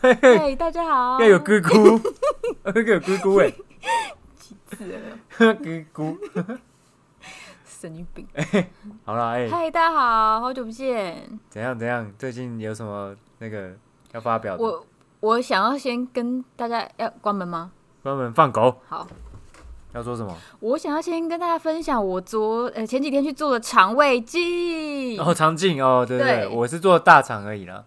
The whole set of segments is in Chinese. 嘿，大家好，要有咕咕， 要有咕咕 哎、字有没有咕咕。神经哎病。好啦，哎、嗨，大家好，好久不见。怎样怎样？最近有什么那个要发表的？我我想要先跟大家要关门吗？关门放狗，好，要说什么？我想要先跟大家分享我昨呃前几天去做的肠胃镜，哦，肠镜哦，对对，对我是做大肠而已啦。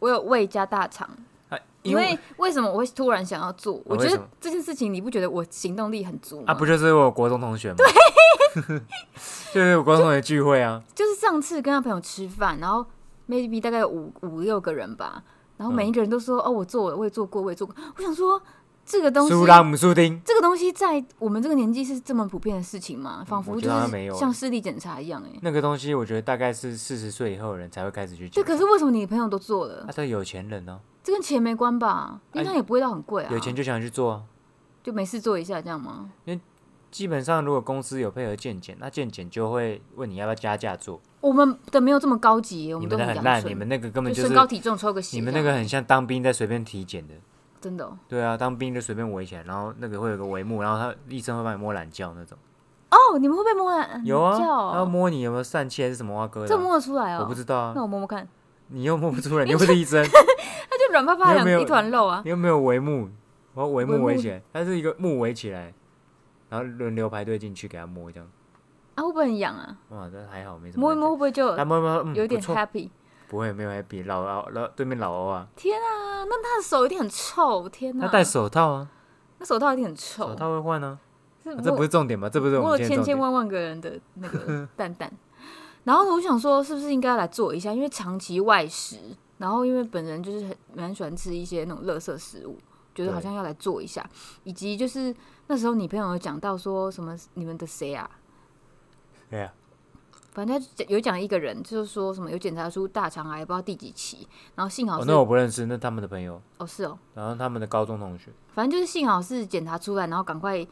我有胃加大肠。啊因为为什么我会突然想要做？我觉哦为什么得这件事情，你不觉得我行动力很足吗？啊，不就是我国中同学吗？对， 就是我国中同学聚会啊。就是上次跟他朋友吃饭，然后 maybe 大概有五五六个人吧，然后每一个人都嗯说、哦，我做我也做过，我也做过。我想说这个东西，苏拉姆苏丁，这个东西在我们这个年纪是这么普遍的事情吗？仿佛我就觉得好像没是有欸像视力检查一样、欸，哎，那个东西，我觉得大概是四十岁以后的人才会开始去对。讲。可是为什么你的朋友都做了啊，？对，有钱人哦，这跟钱没关吧？哎应该也不会到很贵啊。有钱就想去做啊。就没事做一下这样吗？基本上，如果公司有配合健检，那健检就会问你要不要加价做。我们的没有这么高级欸，我你都们的很很阳烂，你春，们那个根本就是身高体重抽个血你这样。们那个很像当兵在随便体检的。真 的哦对啊，当兵就随便围起来，然后那个会有个帷幕，然后他医生会帮你摸懒觉那种。哦，你们会被摸懒有啊，觉他要哦摸你有没有疝气还是什么蛙哥的这啊，摸得出来哦？我不知道那啊，我摸摸看。你又摸不出 来，你又不是医生，它就软趴趴你有没有两一团肉啊。你又没有帷幕，我要帷帷幕幕围起来，它是一个幕围起来，然后轮流排队进去给他摸这样。啊，会不会很痒啊？哇，这还好没什么。摸一摸，会不会就他摸一摸，嗯，有点不错 happy？不会没有 happy，老老老对面老欧啊，天啊，那他的手一定很臭！天他哪，戴手套啊，那手套一定很臭手，套会换啊，是啊这不摸是重点吧？这不是我摸们了今天千重点千。万万个人的那 个蛋蛋。然后我想说，是不是应该来做一下？因为长期外食，然后因为本人就是很蛮喜欢吃一些那种垃圾食物，觉得对好像要来做一下。以及就是那时候你朋友有讲到说什么，你们的谁啊？对啊，反正他就有讲一个人，就是说什么有检查出大肠癌，不知道第几期，然后幸好哦，是那我不认识，那他们的朋友，哦是哦，然后他们的高中同学，反正就是幸好是检查出来，然后赶快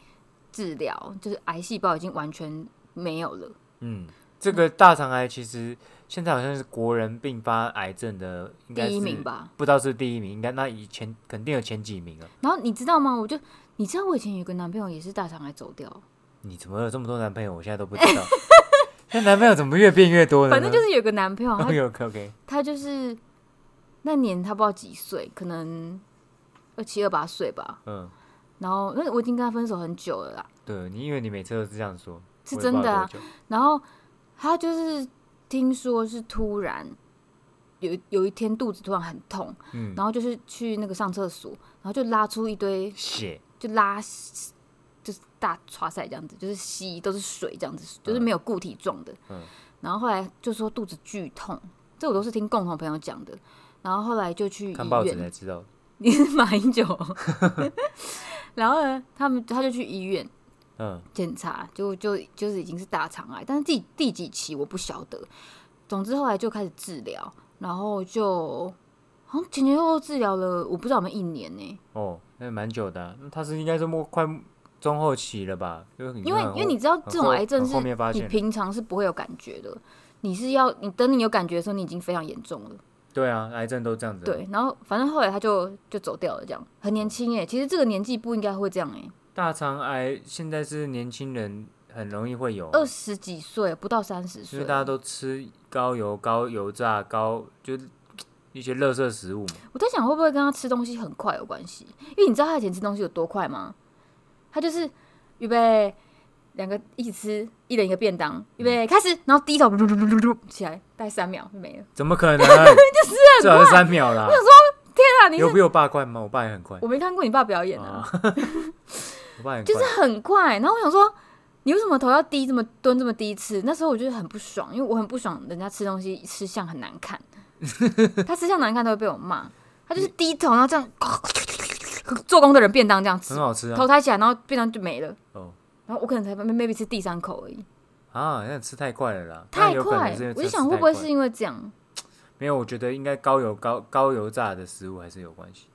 治疗，就是癌细胞已经完全没有了。嗯，这个大肠癌其实现在好像是国人并发癌症的，应该第一是名，吧，不知道是第一名，应该那以前肯定有前几名了。啊然后你知道吗？我就你知道我以前有个男朋友也是大肠癌走掉，你怎么有这么多男朋友？我现在都不知 道，那男朋友怎么越变越多呢？反正就是有个男 朋友，他 OK OK，他就是那年他不知道几岁，可能二七二八岁吧。嗯，然后那我已经跟他分手很久了啦，对你，因为你每次都是这样说，是我也真不知的道啊多。久，然后他就是听说是突然有有一天肚子突然很痛，嗯，然后就是去那个上厕所，然后就拉出一堆血，就拉就是大刷塞这样子，就是吸都是水这样子，就是没有固体状的。嗯然后后来就说肚子剧痛，这我都是听共同朋友讲的。然后后来就去医看报纸院，才知道，你是马英九。然后呢，他们他就去医院，嗯，检查，就就就是已经是大肠癌，但是第第几期我不晓得。总之后来就开始治疗，然后就好像前前后后治疗了，我不知道有没有一年呢、哦，那蛮久的啊，那他是应该是末快中后期了吧？因为因为因为你知道很这种后癌症很是后面发你现的平常是不会有感觉的，你是要你等你有感觉的时候，你已经非常严重了。对啊，癌症都这样子啊，对，然后反正后来他就就走掉了，这样很年轻哎、其实这个年纪不应该会这样哎、大肠癌现在是年轻人很容易会有，啊二十几岁不到三十因岁为，哦大家都吃高油、高油炸、高就是一些垃圾 食物嘛。我在想会不会跟他吃东西很快有关系？因为你知道他以前吃东西有多快吗？他就是预备两个一起吃，一人一个便当，预嗯备开始，然后低头噜噜噜噜噜起来，大概三秒就没了。怎么可能？就是至少是三秒啦。对啊，你有是比我爸快吗？我爸也很快。我没看过你爸表演啊啊， 我爸很快。就是很快。然后我想说，你为什么头要低这么蹲这么低吃？那时候我就是很不爽，因为我很不爽人家吃东西吃相很难 看，他吃相难看都会被我骂。他就是低头，然后这样做工的人便当这样吃很，好吃啊头。抬起来，然后便当就没了。哦然后我可能才 maybe 吃第三口而已，啊，那吃太快了啦。那太有可快能是因为，我就吃想太会不会快是因为这样？没有？我觉得应该高油、高高油炸的食物还是有关系，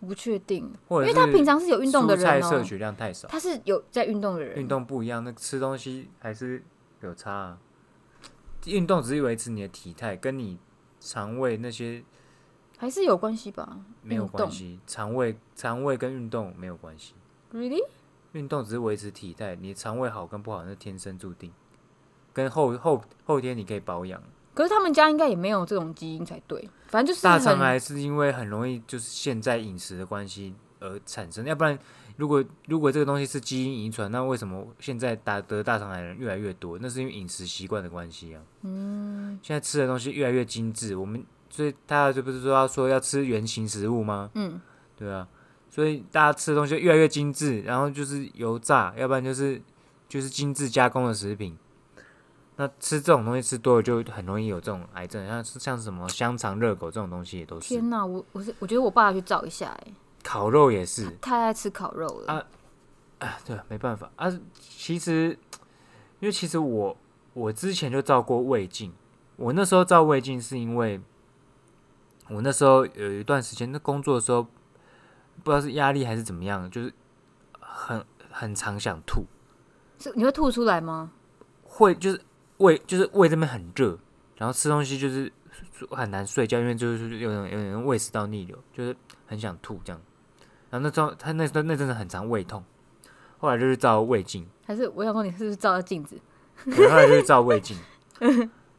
我不确定，或因者为他是平常是有运动的蔬菜人摄哦、取量太少。他是有在运动的人，运动不一样，那吃东西还是有差、啊。运动只是维持你的体态，跟你肠胃那些还是有关系吧没有运关动系，肠胃肠胃跟运动没有关系， ？Really？运动只是维持体态，你肠胃好跟不好那是天生注定，跟后后后天你可以保养。可是他们家应该也没有这种基因才对，反正就是大很肠癌是因为很容易就是现在饮食的关系而产生，要不然如果如果这个东西是基因遗传，那为什么现在打得大肠癌的人越来越多？那是因为饮食习惯的关系啊。嗯，现在吃的东西越来越精致，我们所以大家就不是说要说要吃原形食物吗？嗯，对啊，所以大家吃的东西越来越精致，然后就是油炸，要不然就是就是精致加工的食品。那吃这种东西吃多了，就很容易有这种癌症，像是像什么香肠、热狗这种东西也都是，天哪、我我是我觉得我爸去照一下、欸，烤肉也是太爱吃烤肉了。啊啊，对，没办法啊。其实，因为其实我我之前就照过胃镜，我那时候照胃镜是因为我那时候有一段时间，那工作的时候不知道是压力还是怎么样，就是很很常想吐，是你会吐出来吗？会就是胃就是胃这边很热，然后吃东西就是很难睡觉，因为就是有点有点胃食道逆流，就是很想吐这样。然后那阵他那那阵子很常胃痛，后来就是照胃镜，还是我想说你是不是照了镜子？然后来就是照胃镜，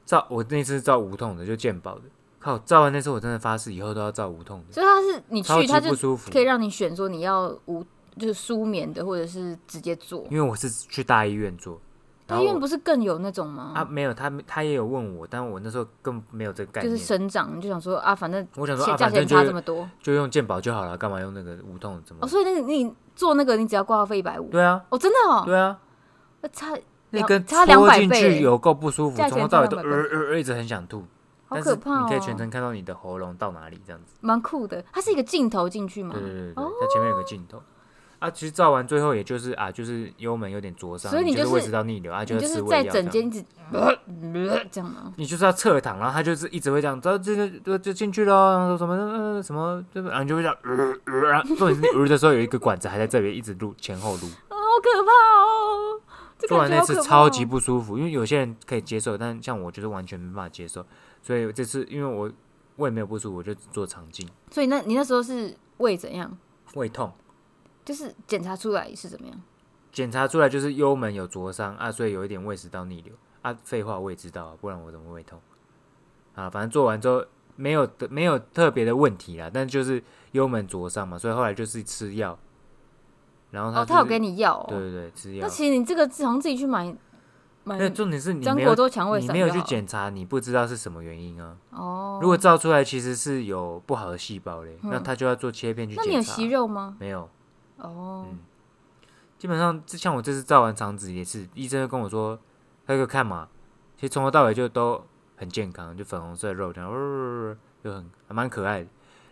照我那次照无痛的，就健保的。靠，照完那次我真的发誓以后都要照无痛的，所以他是你超去，级他就不舒服可。以让你选说你要无就是舒眠的，或者是直接做。因为我是去大医院做，然大后医院我不是更有那种吗？啊没有他他也有问我，但我那时候根本没有这个概就念是。生长，你就想说啊，反正我想说钱啊，价反钱正就差这是么多就用健保就好了，干嘛用那个无痛的？怎么？哦，所以那个你做那个你只要挂号费一百五对啊，哦，真的哦，对啊，那差那跟差两戳百进倍去耶有够不舒服，价从钱头到尾都差呃200呃呃一直很想吐，好但可是怕哦，你可以全程看到你的喉咙到哪里这样子。蛮酷的，它是一个镜头进去嘛哦对，对对对，它前面有个镜头。啊，其实照完最后也就是啊，就是幽门有点灼伤，所以你你就是胃食道逆流啊，你就要吃是胃在药整这样。间一直呃这样吗？你就是要侧躺，然后他就是一直会这样，这这就就进去咯，然后什么呃什么，就是然后你就会这样，呃呃，然后重点是你呃的时候有一个管子还在这里一直录前后录，啊好可怕哦，这做感完觉那好次可怕超哦级不舒服，因为有些人可以接受，但像我就是完全没办法接受，所以这次因为我胃没有不舒服，我就做肠镜，所以那你那时候是胃怎样？胃痛，就是检查出来是怎么样？检查出来就是幽门有灼伤啊，所以有一点胃食道逆流啊。废话我也知道啊，不然我怎么胃痛啊？反正做完之后没有的没有特别的问题啦，但就是幽门灼伤嘛，所以后来就是吃药，然后他、哦，就是他有给你药哦。对对对吃药那。其实你这个好像自己去买买那重点是你张没国有洲强胃你散没有就去好检查，你不知道是什么原因啊。啊哦。如果照出来其实是有不好的细胞嘞，嗯那他就要做切片去那检查。你有息肉吗？没有，哦，嗯基本上这像我这次照完肠子也是，医生就跟我说，他就看嘛，其实从头到尾就都很健康，就粉红色的肉，然后、呃、就很还蛮可爱的，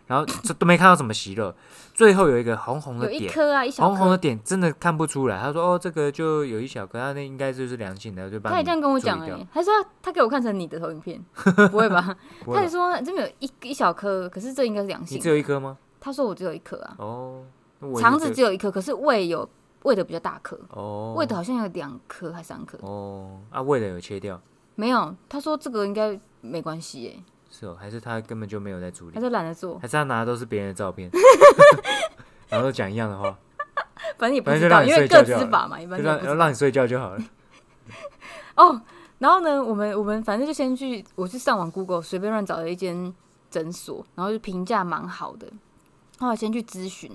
然后这都没看到什么息肉，最后有一个红红的有一点，颗啊，一小红红颗。的点真的看不出来。他说哦，这个就有一小颗，他那应该就是良性的，就帮他也你这样跟我讲注哎、意掉欸，他说他他给我看成你的投影片， 不会吧？不他会也吧。说这边有一一小颗，可是这应该是良你性只。有一颗吗？他说我只有一颗啊，哦，那我也是肠子只只有一颗，可是胃有胃的比较大颗，哦，胃的好像有两颗还三颗，哦啊，胃的有切掉，没有。他说这个应该没关系哎、是哦，还是他根本就没有在处理他，就懒得 做，还是他拿的都是别人的 照片，然后都讲一样的话，反正也不反正知就让道，你因为睡觉各就好执法嘛，一般就都不让知道要让你睡觉就好了。哦，然后呢，我们我们反正就先去，我去上网 Google 随便乱找了一间诊所，然后就评价蛮好的，后来先去咨询，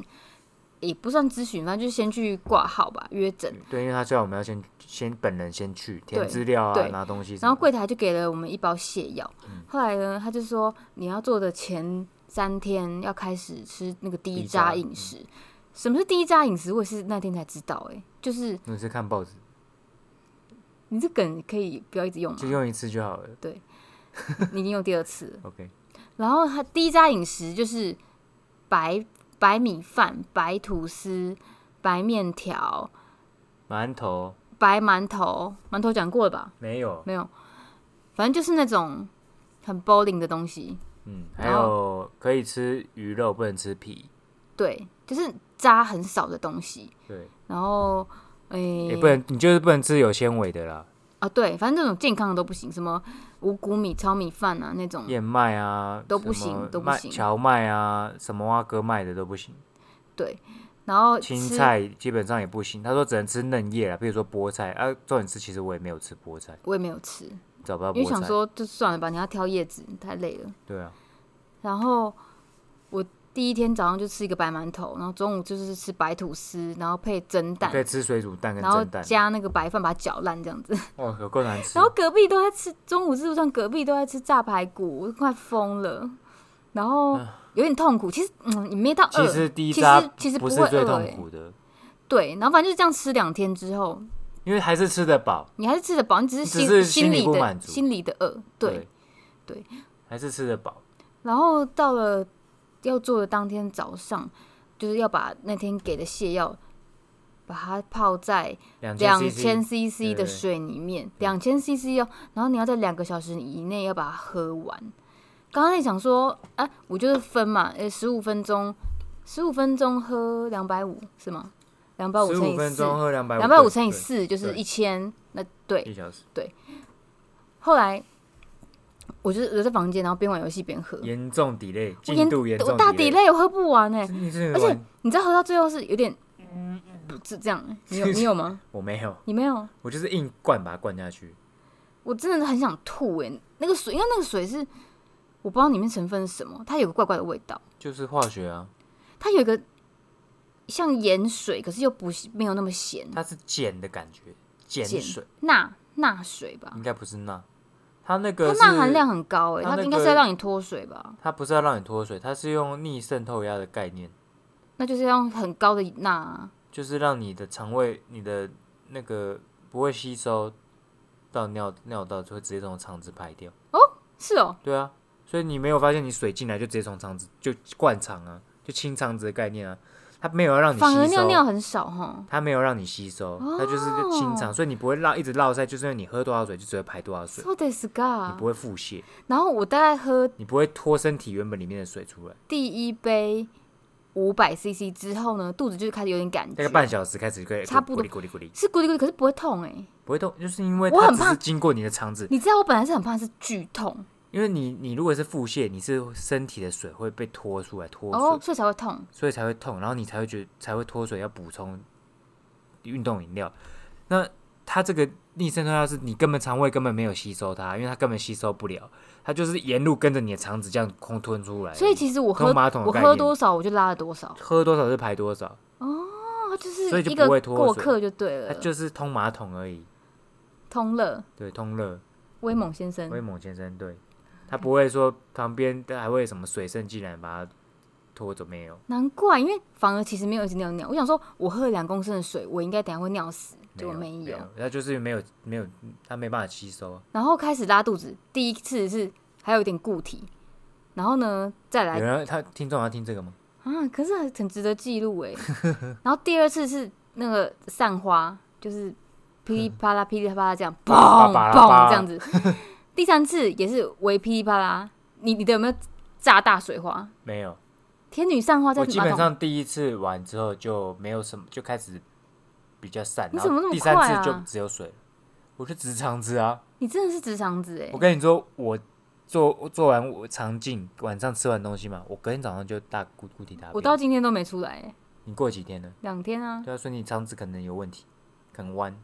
也不算咨询，反正就先去挂号吧，约诊。对，因为他叫我们要先先本人先去填对资料啊，对拿东西什么的，然后柜台就给了我们一包泻药，嗯后来呢，他就说你要做的前三天要开始吃那个低低渣渣饮食。什么是低渣饮食？我也是那天才知道、欸，哎，就是你是看报纸，你这梗可以不要一直用吗就？用一次就好了。你已经用第二次了。 OK，然后它低渣饮食就是白白米饭、白吐司、白面条、馒头白馒头。馒头讲过了吧？没有，没有，反正就是那种很 boring 的东西。嗯，还然有可以吃鱼肉，不能吃皮，对，就是渣很少的东西。对，然后，诶、也不能，你就是不能吃有纤维的啦，啊，对，反正这种健康的都不行，什么五谷米、糙米饭啊那种，燕麦啊都不行什么都不麦行荞麦啊，什么蛙哥麦的都不行，然后青吃菜基本上也不行。他说只能吃嫩叶啊，比如说菠菜啊。重点是其实我也没有吃菠菜，我也没有吃，找啊不到因为菠想菜。说就算了吧，你要挑叶子太累了。对啊，然后我第一天早上就吃一个白馒头，然后中午就是吃白吐司，然后配蒸蛋可，以吃水煮蛋跟然后蒸蛋，嗯加那个白饭把它搅烂这样子。哇，有够难吃然。后隔壁都在吃，中午自助上隔壁都在吃炸排骨，我都快疯了。然后有点痛苦，其实嗯，也没到饿。啊其实第一其扎实其实不不是会最饿、痛欸，苦的，对。然后反正就是这样吃两天之后，因为还是吃得饱。你还是吃得饱，你只是只心是心心里里不的满足心里的饿，对。对，还是吃得饱。然后到了要做的当天早上，就是要把那天给的泻药，把它泡在两两千千 CC 对的对水里面，两千 CC 哦，然后你要在两个小时以内要把它喝完。刚刚在想说，哎、我就是分嘛，呃，十五分钟，十五分钟喝两百五是吗？两百五十乘五以分四，钟喝两百两百五乘以四就是对一千。那对，一小时，后来我就是我在房间，然后边玩游戏边喝，严重 delay，我进度严我重大底 delay，累，我喝不完哎、你这个而且完你知道喝到最后是有点，不是这样欸、你 有你有吗？我没有，你没有？我就是硬灌把它灌下去，我真的很想吐哎、那个水，因为那个水是我不知道里面成分是什么，它有个怪怪的味道，就是化学啊，它有一个像盐水，可是又不是没有那么咸，它是碱的感觉，碱嗯碱水钠钠水吧，应该不是钠，它那它个钠含嗯是量很高哎、它它那应该是个要让你脱水吧？它不是要让你脱水，它是用逆渗透压的概念，那就是要用很高的钠啊、就是让你的肠胃、你的那个不会吸收到尿尿道，就会直接从肠子排掉。是哦，对啊，所以你没有发现你水进来就直接从肠子就灌肠啊，就清肠子的概念啊，它没有要让你吸收，反而尿哦尿很少哈。它没有让你吸收，它就是清肠，所以你不会绕一直绕塞，就是因为你喝多少水就只会排多少水， So this 你 guy，不会腹泻，然后我大概喝你不会拖身体原本里面的水出来，第一杯五百 CC 之后呢，肚子就开始有点感大觉，概半小时开始就可以差不多咕哩咕哩咕哩咕哩，是咕哩咕哩，可是不会痛哎、不会痛，就是因为我它很只怕是经过你的肠子，你知道我本来是很怕是剧痛因为你你如果是腹泻，你是身体的水会被拖出来脱水，哦，所以才会痛。所以才会痛，然后你才会觉得才会脱水，要补充运动饮料。那它这个逆渗透药是你根本肠胃根本没有吸收它，因为它根本吸收不了，它就是沿路跟着你的肠子这样空吞出来。所以其实我喝通马桶我的概喝念多少我就拉了多少，喝多少是排多少，哦，就是所以就一个不会脱水过客就对它了，就是通马桶而已。通了。对，通乐威猛先生威猛先生，对，他不会说旁边还会什么水渗进来把它拖走没有，难怪，因为反而其实没有一直尿尿。我想说，我喝了两公升的水，我应该等一下会尿死，结有果没没有。，它就是没有没有，它没办法吸收。然后开始拉肚子，第一次是还有点固体，然后呢再来有人他听众要听这个吗？啊，可是很很值得记录 哎。然后第二次是那个散花，就是噼里啪啦、噼里啪啦这样，砰叭叭啦叭砰这样 子。第三次也是为噼里啪啦，你你的有没有炸大水花？没有。天女散花在我基马本桶，上第一次玩之后就没有什么，就开始比较散，你然怎么那后么第快三啊次就只有水了。我就直肠子啊！你真的是直肠子哎我，跟你说，我做做完我肠镜，晚上吃完东西嘛，我隔天早上就大固固体大我便。到今天都没出来欸，你过几天呢？两天啊，对啊，所以你肠子可能有问题，可能弯。嗯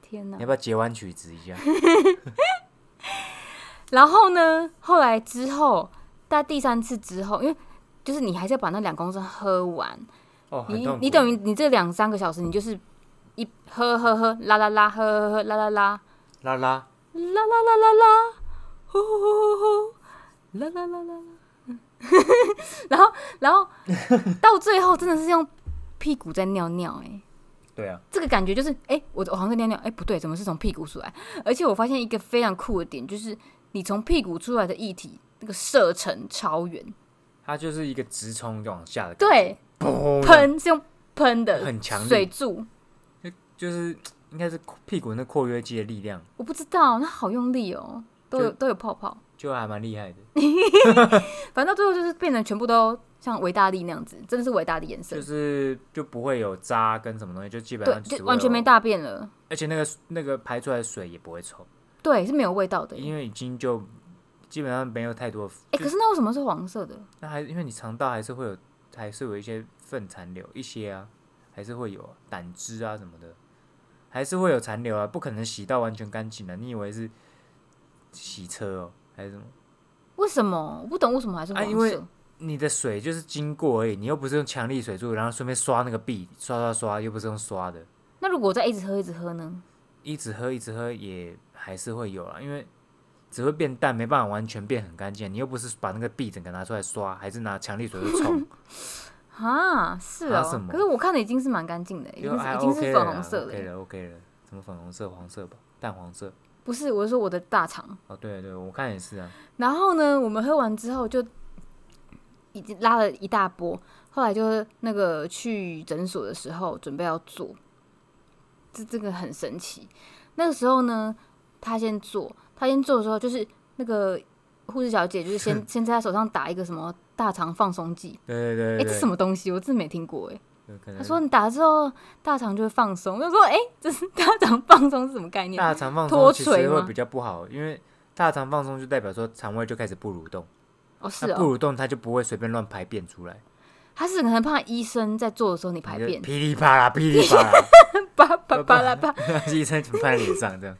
天哪你要！不要截弯曲 直一下？然后呢，后来之后，在第三次之后，因为就是你还是要把那两公升喝完，哦，很你痛苦你等于你这两三个小时，你就是一喝喝喝啦啦啦喝喝喝啦啦 啦拉拉啦啦啦啦啦，呼呼呼呼呼，啦啦啦啦啦， 然后然后到最后真的是用屁股在尿尿哎、欸对啊，这个感觉就是，哎、我我好像在尿尿，哎、不对，怎么是从屁股出来？而且我发现一个非常酷的点，就是你从屁股出来的液体，那个射程超远，它就是一个直冲往下的，，对，砰，喷是用喷的，哦很强力水柱，就是应该是屁股那括约肌的力量，我不知道，那好用力哦，都有就都有泡泡，就还蛮厉害的。反正到最后就是变成全部都像维大利那样子，真的是维大利颜色就，是就不会有渣跟什么东西，就基本对，上只就会完全有没，大便了，而且那个那个排出来的水也不会臭，对，是没有味道的。因为已经就基本上没有太多，哎、可是那为什么是黄色的？那还因为你肠道还是会有，还是有一些粪残留，一些啊，还是会有啊胆汁啊什么的，还是会有残留啊，不可能洗到完全干净的。你以为是洗车哦，还是什么？为什么我不懂为什么还是黄啊因色？为你的水就是经过而已，你又不是用强力水柱，然后顺便刷那个壁，刷刷刷，又不是用刷的，那如果我再一直喝一直喝呢？一直喝一直喝也还是会有啦，因为只会变淡，没办法完全变很干净。你又不是把那个壁整个拿出来刷，还是拿强力水 去冲，啊，是啊哦、什么可是我看的已经是蛮干净的，已经就是还已经是 OK 粉了红啦色的，OK 了 OK 了，什么粉红色、黄色吧，淡黄色。不是，我是说我的大肠。哦，对对，我看也是啊，然后呢，我们喝完之后就已经拉了一大波，后来就那个去诊所的时候准备要做，这这个很神奇。那个时候呢，他先做，他先做的时候就是那个护士小姐就是先先在他手上打一个什么大肠放松剂，对对哎、对这对什么东西？我真的没听过哎、对，可能他说你打了之后大肠就会放松，我就说哎、这是大肠放松是什么概念？大肠放脱松其实垂会吗比较不好，因为大肠放松就代表说肠胃就开始不蠕动，哦，是那不哦，蠕动它就不会随便乱排便出来，他是可能怕医生在做的时候你排你就 便，噼里啪 啦噼里啪啦。 叭叭叭啦叭，医生就拍脸上这样。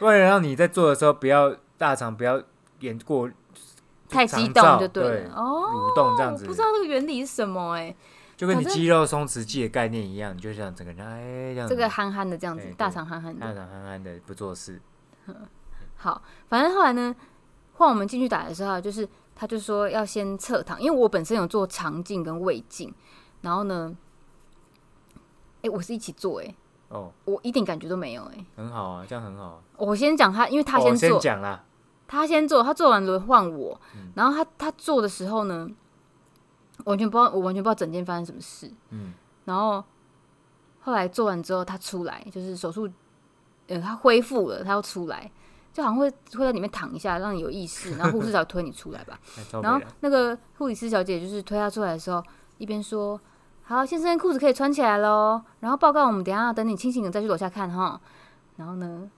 为了让你在做的时候不要大肠不要演过太激动就对了。哦，蠕动这样我子不，知道这个原理是什么哎、就跟你反正肌肉松弛剂的概念一样，你就想整个人哎这样子这个憨憨的这样子哎对，大肠憨憨大的。肠憨憨的不做事，好，反正后来呢，换我们进去打的时候，啊就是他就说要先测糖，因为我本身有做肠镜跟胃镜，然后呢，哎、我是一起做哎、哦，我一点感觉都没有哎、很好啊，这样很好啊。我先讲他，因为他哦先做，先讲啦，他先做，他做完轮换我，嗯然后他他做的时候呢，完全不知道，我完全不知道整件发生什么事。嗯，然后后来做完之后，他出来就是手术，呃，他恢复了，他要出来，就好像会会在里面躺一下，让你有意识，然后护士才推你出 来吧。太超美啊然后了，那个护理师小姐就是推他出来的时候，一边说：“好，先生，裤子可以穿起来喽。”然后报告我们等一下等你清醒了再去楼下看哈。然后呢，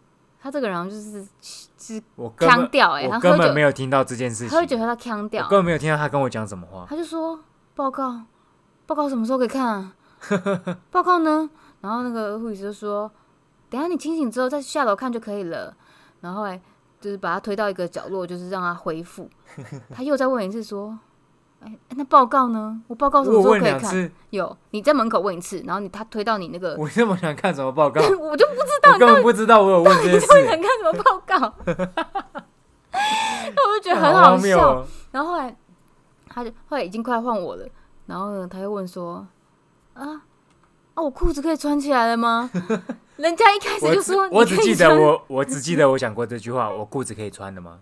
他这个人好像就是是我根腔本掉哎、我他根喝本没酒有听到这件事情，喝酒我喝到腔掉根，本没有听到他跟我讲什么话，他就说报告，报告什么时候可以看 啊？报告呢？然后那个护理师就说，等一下你清醒之后再下楼看就可以了。然后后来就是把他推到一个角落，就是让他恢 复。他又再问一次说，哎、哎那报告呢？我报告我哦什么时候问可以两看？次，有，你在门口问一次，然后你他推到你那个，我这么想看什 么报告，我就不知我根本不知道我有问这件事，想看什么报告。 那我就觉得很好好荒谬笑。哦。然后后来他就后来已经快换我了，然后呢，他又问说：“啊啊，我裤子可以穿起来了吗？” 人家一开始我就只说：“我你只可以记得穿我，我只记得我讲过这句话，我裤子可以穿的吗？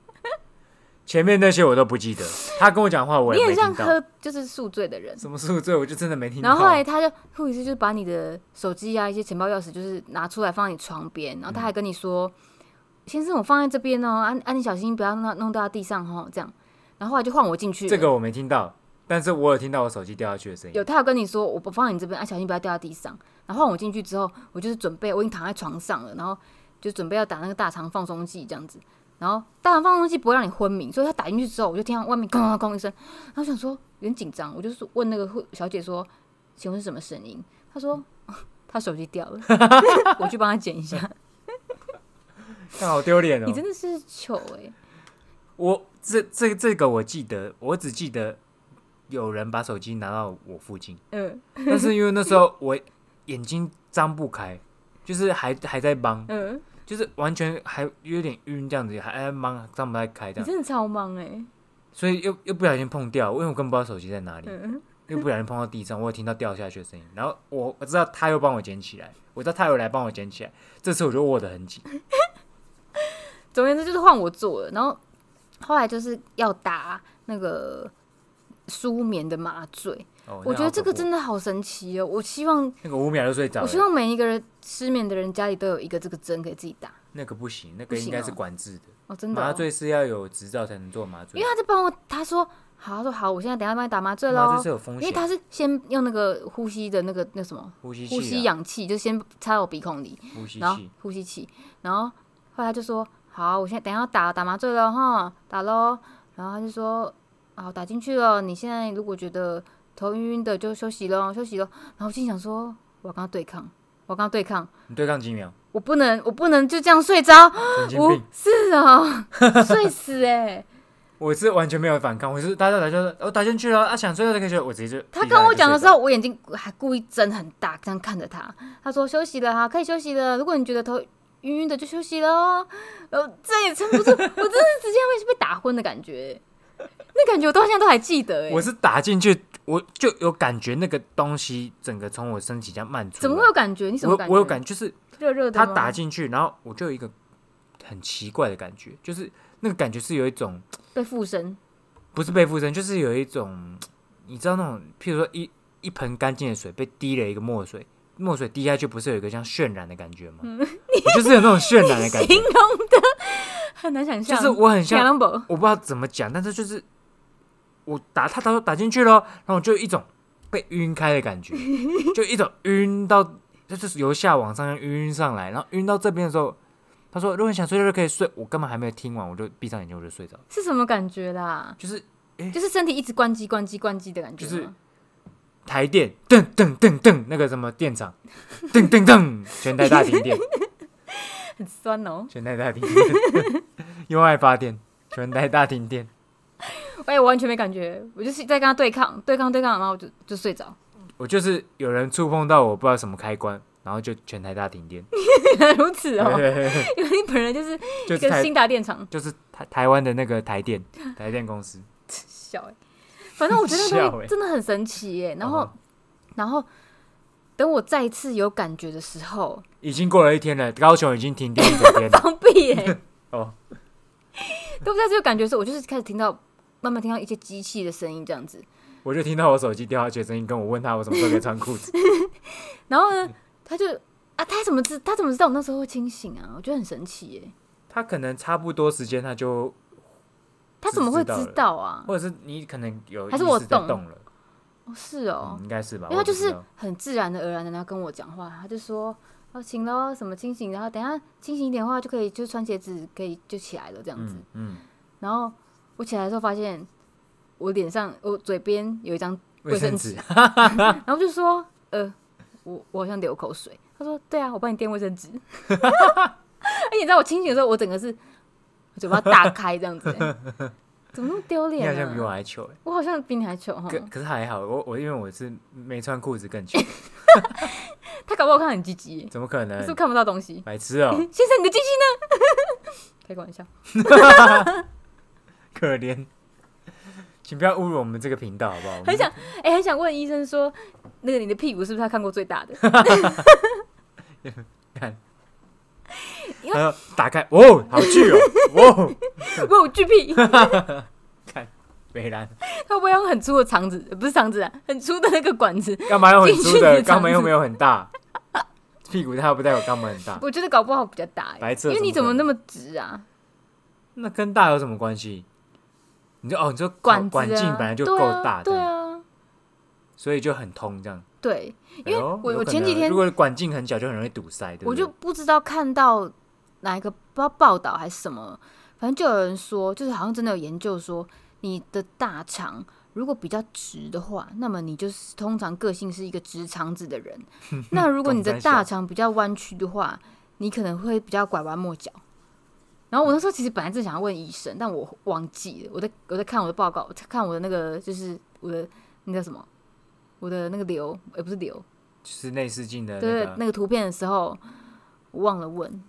前面那些我都不记得，他跟我讲话我你也没很像听到。喝就是宿醉的人。什么宿醉，我就真的没”听到。然后后来他就护理师就把你的手机啊、一些钱包、钥匙就是拿出来放在你床边，然后他还跟你说：“先生，我放在这边哦，啊啊，你小心不要弄到弄到地上哦。”这样，然后后来就换我进去了。这个我没听到，但是我有听到我手机掉下去的声音。有，他有跟你说，我不放你这边，啊，小心不要掉到地上。然后换我进去之后，我就是准备，我已经躺在床上了，然后就准备要打那个大肠放松剂这样子。然后大肠放松剂不会让你昏迷，所以他打进去之后，我就听到外面哐哐哐一声，然后我想说有点紧张，我就说问那个护小姐说，请问是什么声音？她说她手机掉了，我去帮她捡一下。看好丢脸哦你！真的是糗哎、我这这这个我记得，我只记得有人把手机拿到我 附近，嗯但是因为那时候我眼睛张不开，就是还还在忙，嗯，就是完全还有点晕这样子，还还在忙，张不太开这你样。真的超忙哎、所以又又不小心碰掉，因为我根本不知道手机在哪里，嗯又不小心碰到地上，我有听到掉下去的声音。然后我我知道他又帮我捡起来，我知道他又来帮我捡起来，这次我就握得很 紧。总而言之就是换我做了，然后后来就是要打那个舒眠的麻醉，哦，我觉得这个的真的好神奇哦！我希望那个五秒就睡着我希了，望每一个人失眠的人家里都有一个这个针可以自己打那个不行，那不个行应该是哦管制的，哦，真的哦、麻醉是要有执照才能做麻醉因为。他在帮我，他说好，他说好，我现在等一下帮你打麻醉麻喽醉，是有风因为险，他是先用那个呼吸的那个那什么啊呼吸器、啊、呼吸氧气，就先插到我鼻孔里，呼吸然后器，呼吸器，然后后来他就说好，我现在等一下打打麻醉了哈，打喽，然后他就说好打进去了，你现在如果觉得头晕晕的就休息咯，休息咯。然后我心想说我要跟他对抗，我要跟他对抗，你对抗几秒，我不能我不能就这样睡着， 神经我病！是哦，睡死哎、我是完全没有反抗，我是大家打就我打进去了，啊想睡觉就可以睡，我直接就他跟我讲的时，立候，我眼睛还故意睁很大，这样看着他。他说：“休息了哈，啊可以休息了。如果你觉得头晕晕的，就休息了哦。”然后这也撑不住，我真的直接会被打昏的感 觉。那感觉我到现在都还记得哎、就睡着我是打进去，我就有感觉那个东西整个从我身体这样漫出来，怎么会有感觉？你什么感我觉？我有感觉，就是热热的他吗。打进去，然后我就有一个很奇怪的感觉，就是那个感觉是有一种被附身，不是被附身，就是有一种你知道那种，譬如说一一盆干净的水被滴了一个墨水，墨水滴下去不是有一个像渲染的感觉吗？嗯我就是有那种渲染的 感形觉，容的很难想就象。是我很像， Columbo 我不知道怎么讲，但是就是我打他，他打进去了，然后我就有一种被晕开的感觉，就一种晕到，就是由下往上晕晕上来，然后晕到这边的时候，他说如果你想睡觉就可以睡，我根本还没有听完，我就闭上眼睛我就睡着了，是什么感觉啦？就是就是身体一直关机、关机、关机的感觉吗。就是台电噔噔噔噔那个什么电厂，噔噔噔，全台大停电，很酸哦。全台大停电，用爱发电，全台大停电，哎、我完全没感觉，我就是在跟他对抗、对抗、对抗，然后我就就睡着。我就是有人触碰到我不知道什么开关，然后就全台大停电，原来 如此哦、因为你本人就是哎 就一是个台新达电厂，就是台台湾的那个台电台电公司，笑哎、反正我觉得那 笑东欸西真的很神奇耶、然后嗯，然后等我再一次有感觉的时候， 已经过了一天了，高雄已经停电一整天了。 放屁耶、欸！哦，等我再次有感觉的时候，我就是开始听到慢慢听到一些机器的声音这样子。我就听到我手机掉下去的声音，跟我问他我什么时候可以穿裤子， 然后嗯呢，他就啊，他怎么知他怎么知道我那时候会清醒啊？我觉得很神奇耶、他可能差不多时间他就，他怎么会知道了知道啊？或者是你可能有还是我意识在动动了，哦，是哦、嗯应该是吧？因为他我不就知是道很自然的、而然的，然后跟我讲话，他就说：“哦，请喽，什么清醒，然后等一下清醒一点的话，就可以就穿鞋子，可以就起来了这样子。嗯嗯，然后我起来的时候发现我脸上、我嘴边有一张，卫卫生生纸纸，然后就说：“呃，我我好像流口水。”他说：“对啊，我帮你垫卫 生纸。”而且你知道我清醒的时候，我整个是我嘴巴大开这样子、欸怎么那么丢你好脸像比我啊？嗯还糗欸，我好像比你还糗哈。可可是还好，我我因为我是没穿裤 子更糗，他搞不好看得很积极，怎么可你是能不是？看不到东西？白痴哦，先生，你的机器呢？开个玩笑，可怜， 请不要侮辱我们这个频道好不好？我们很想 哎、很想问医生说，那个你的屁股是不是他看过最大 的？还要打开，哦，好巨哦，哦，我有巨屁， 他美兰。会不会用很粗的肠子？呃不是肠子啊，很粗的那个管子？ 干嘛用很粗的？进去你的肠子肛门又没有很大，屁股它不带有肛门很大，我觉得搞不好比较大、欸白痴因为你怎怎么么可那能么直啊？那跟大有什么关系？你就哦，你说管子、啊、管径本来就够大，对这样啊，所以就很通这样。对啊，对，因为哎呦我有我可前几能天如果管径很小，就很容易堵塞，对不对我就不知道看到哪一个报报道还是什么，反正就有人说，就是好像真的有研究说，你的大肠如果比较直的话，那么你就是通常个性是一个直肠子的 人。那如果你的大肠比较弯曲的话，你可能会比较拐弯抹角。然后我那时候其实本来正想要问医生，但我忘记了，我在我在看我的报告，看我的那个就是我的那叫什么，我的那个瘤，也、不是瘤，就是内视镜的那对个，那个图片的时候，我忘了问。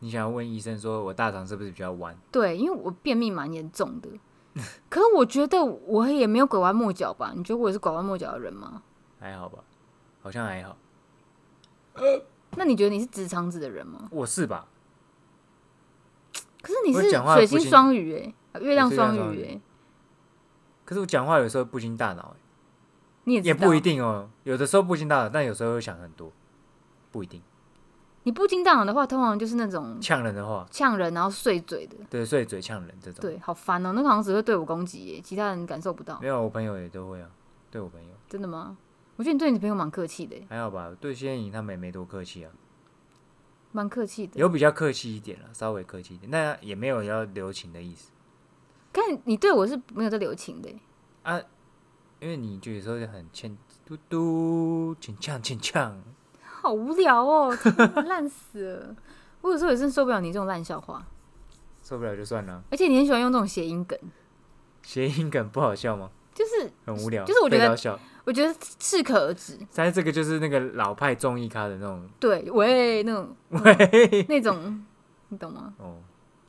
你想要问医生说我大肠是不是比较弯？对，因为我便秘蛮严重 的，可是我觉得我也没有拐弯抹角吧？你觉得我也是拐弯抹角的人吗？还好吧，好像还好，那你觉得你是直肠子的人吗？我是吧？可是你我是讲话水不星行双鱼哎、啊月亮我是月双亮双鱼鱼哎、可是我讲话有时候不经大脑、欸你也知也道不一，定哦。有的时候不经大脑，但有时候会想很多，不一定。你不经大脑的话，通常就是那种呛人的话，呛人然后碎嘴的，对，碎嘴呛人这种。对，好烦哦、那个好像只会对我攻击耶，其他人感受不到没。有，我朋友也都会啊，对我朋友真的吗？我觉得你对你朋友蛮客气的耶，还好吧，对谢颖他们也没多客气啊，蛮客气的。有比较客气一点了，稍微客气一点，那也没有要留情的意思，看你对我是没有在留情的耶，因为你就有时候就很欠嘟嘟，欠呛欠呛，好无聊 哦、天哪烂死了。我有时候也真受不了你这种烂笑话，受不了就算了。而且你很喜欢用这种谐音梗，谐音梗不好笑吗？就是很无聊，就是我觉得废到笑。我觉得适可而止。但是这个就是那个老派综艺咖的那种，对，喂，那种 喂，那种，你懂吗？哦，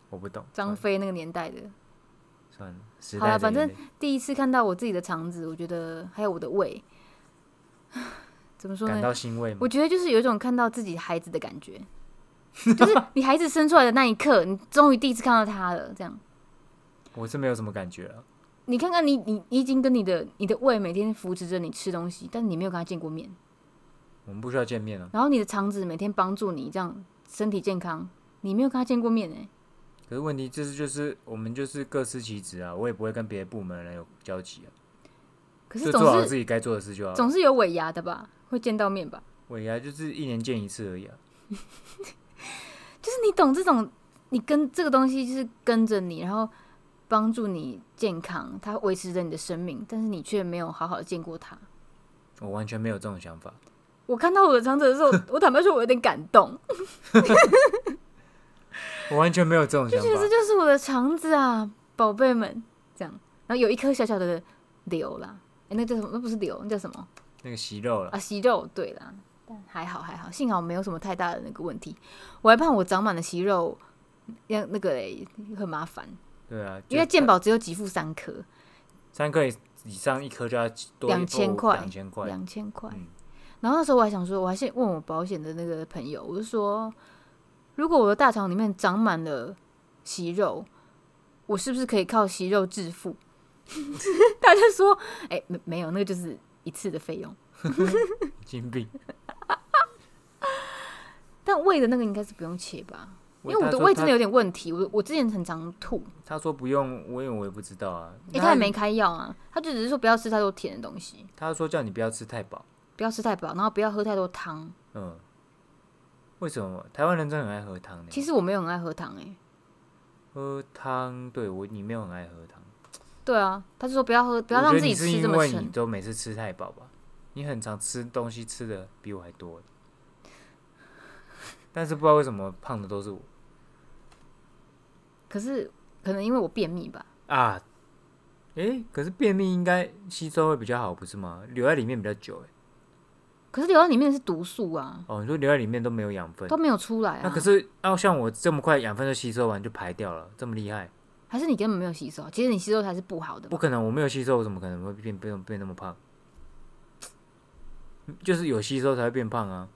我不懂，张飞那个年代的，算了，时好啦代的反正眼泪第一次看到我自己的肠子，我觉得还有我的胃， 怎么说感呢？到欣慰嘛我，觉得就是有一种看到自己孩子的感觉，就是你孩子生出来的那一刻，你终于第一次看到他了。这样，我是没有什么感觉了，你看看你，你你已经跟你的你的胃每天扶持着你吃东西，但你没有跟他见过面，我们不需要见面了。然后你的肠子每天帮助你这样身体健康，你没有跟他见过面哎、可是问题就是就是我们就是各司其职啊，我也不会跟别的部门的人有交集啊，可是就总做好是自己该做的事就好了。总是有尾牙的吧，会见到面吧？尾牙就是一年见一次而已啊，就是你懂这种，你跟这个东西就是跟着你，然后帮助你健康，它维持着你的生命，但是你却没有好好的见过它。我完全没有这种想法。我看到我的长者的时候， 我坦白说，我有点感动，我完全没有这种想就觉得这法。就是我的肠子啊，宝贝们，这样。然后有一颗小小的瘤啦，哎、那叫什么？那不是瘤，那叫什么那个息肉了，啊？息肉，对啦。但还好还好，幸好没有什么太大的那个问题。我还怕我长满了息肉，要那个嘞很麻烦，对啊，因为就健保只有给付三颗。三颗以以上一颗就要多2000块两千块，两千块嗯。然后那时候我还想说，我还先问我保险的那个朋友，我就说，如果我的大肠里面长满了息肉，我是不是可以靠息肉致富？ 他就说，哎、没没有，那个就是一次的费用，金币。但胃的那个应该是不用切吧，因为我的他说胃他真的有点问题，我我之前很常吐，他说不用，我因为我也不知道啊。哎、他也没开药啊，他就只是说不要吃太多甜的东西，他说叫你不要吃太饱，不要吃太饱，然后不要喝太多汤。嗯。为什么台湾人真的很爱喝汤呢？其实我没有很爱喝汤、哎。喝汤，对我你没有很爱喝汤，对啊，他就说不要喝，不要我让觉自得己你是吃这因么为撑你。都每次吃太饱吧？你很常吃东西吃的比我还多，但是不知道为什么胖的都是我可是可能因为我便秘吧，啊。诶、可是便秘应该吸收会比较好，不是吗？留在里面比较久、诶。欸可是留在里面是毒素啊，哦，你说留在里面都没有养分，都没有出来那啊可。是要、像我这么快养分就吸收完就排掉了，这么厉害，还是你根本没有吸收，其实你吸收才是不好的不吧。可能，我没有吸收，我怎么可能会变变变那么胖？ 就是有吸收才会变胖啊，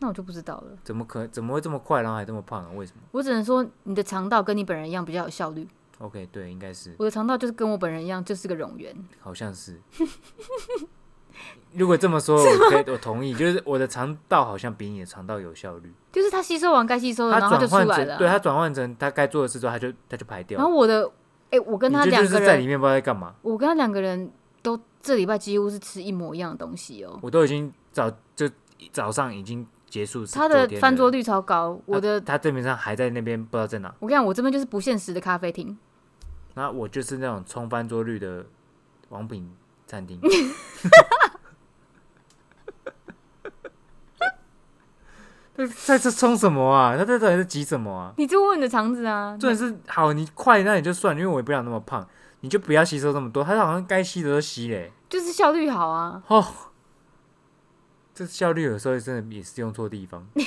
那我就不知道了，怎么可怎么会这么快，然后还这么胖啊？为什么我只能说你的肠道跟你本人一样比较有效率， ？OK，对，应该是，我的肠道就是跟我本人一样，就是个冗员。好像是。如果这么说，我可以，我同意，就是我的肠道好像比你的肠道有效率，就是它吸收完该吸收的，它然后它转就出换来成，了啊。对它转换成它该做的事之后，它就它就排掉然后了。我的，哎、我跟他你就两就个是在里人，面不知道在干嘛，我跟他两个人都这礼拜几乎是吃一模一样的东西哦。我都已经早就早上已经结束是他昨的天翻了桌率超高，我的，他基本上还在那边不知道在哪。我跟你讲，我这边就是不现实的咖啡厅。那我就是那种冲翻桌率的王品 餐厅。 在在这冲什么啊？他在这里在急什么啊？你就问你的肠子啊，重点是好，你快那也就算了，因为我也不想那么胖，你就不要吸收这么多。他好像该吸的都吸嘞、就是效率好啊。哦，这效率有时候真的也是用错地方。因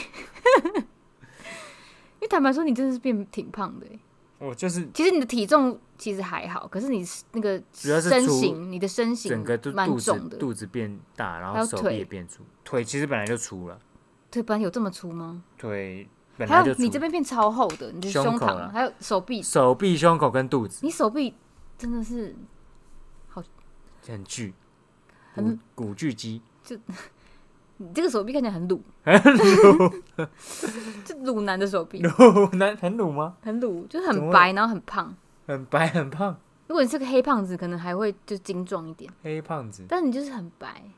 为坦白说，你真的是变挺胖的欸。 我就是其实你的体重其实还好，可是你是那个主要是身除形，你的身形整个都蛮肚重子的。肚子变大，然还有后手腿臂也变粗，腿其实本来就粗了。对，本来有这么粗吗？腿本来还就有粗，你这边变超厚的，你的胸胸口啊膛啦还有手臂，手臂、胸口跟肚子你手臂真的是很巨，很 骨骨巨肌，你这个手臂看起来很 鲁，就鲁男的手臂，鲁男很鲁吗？很鲁，就是怎么很会白，然后很胖。很白很胖，如果你是个黑胖子，可能还会就精壮一点，黑胖子，但你就是很白，嗯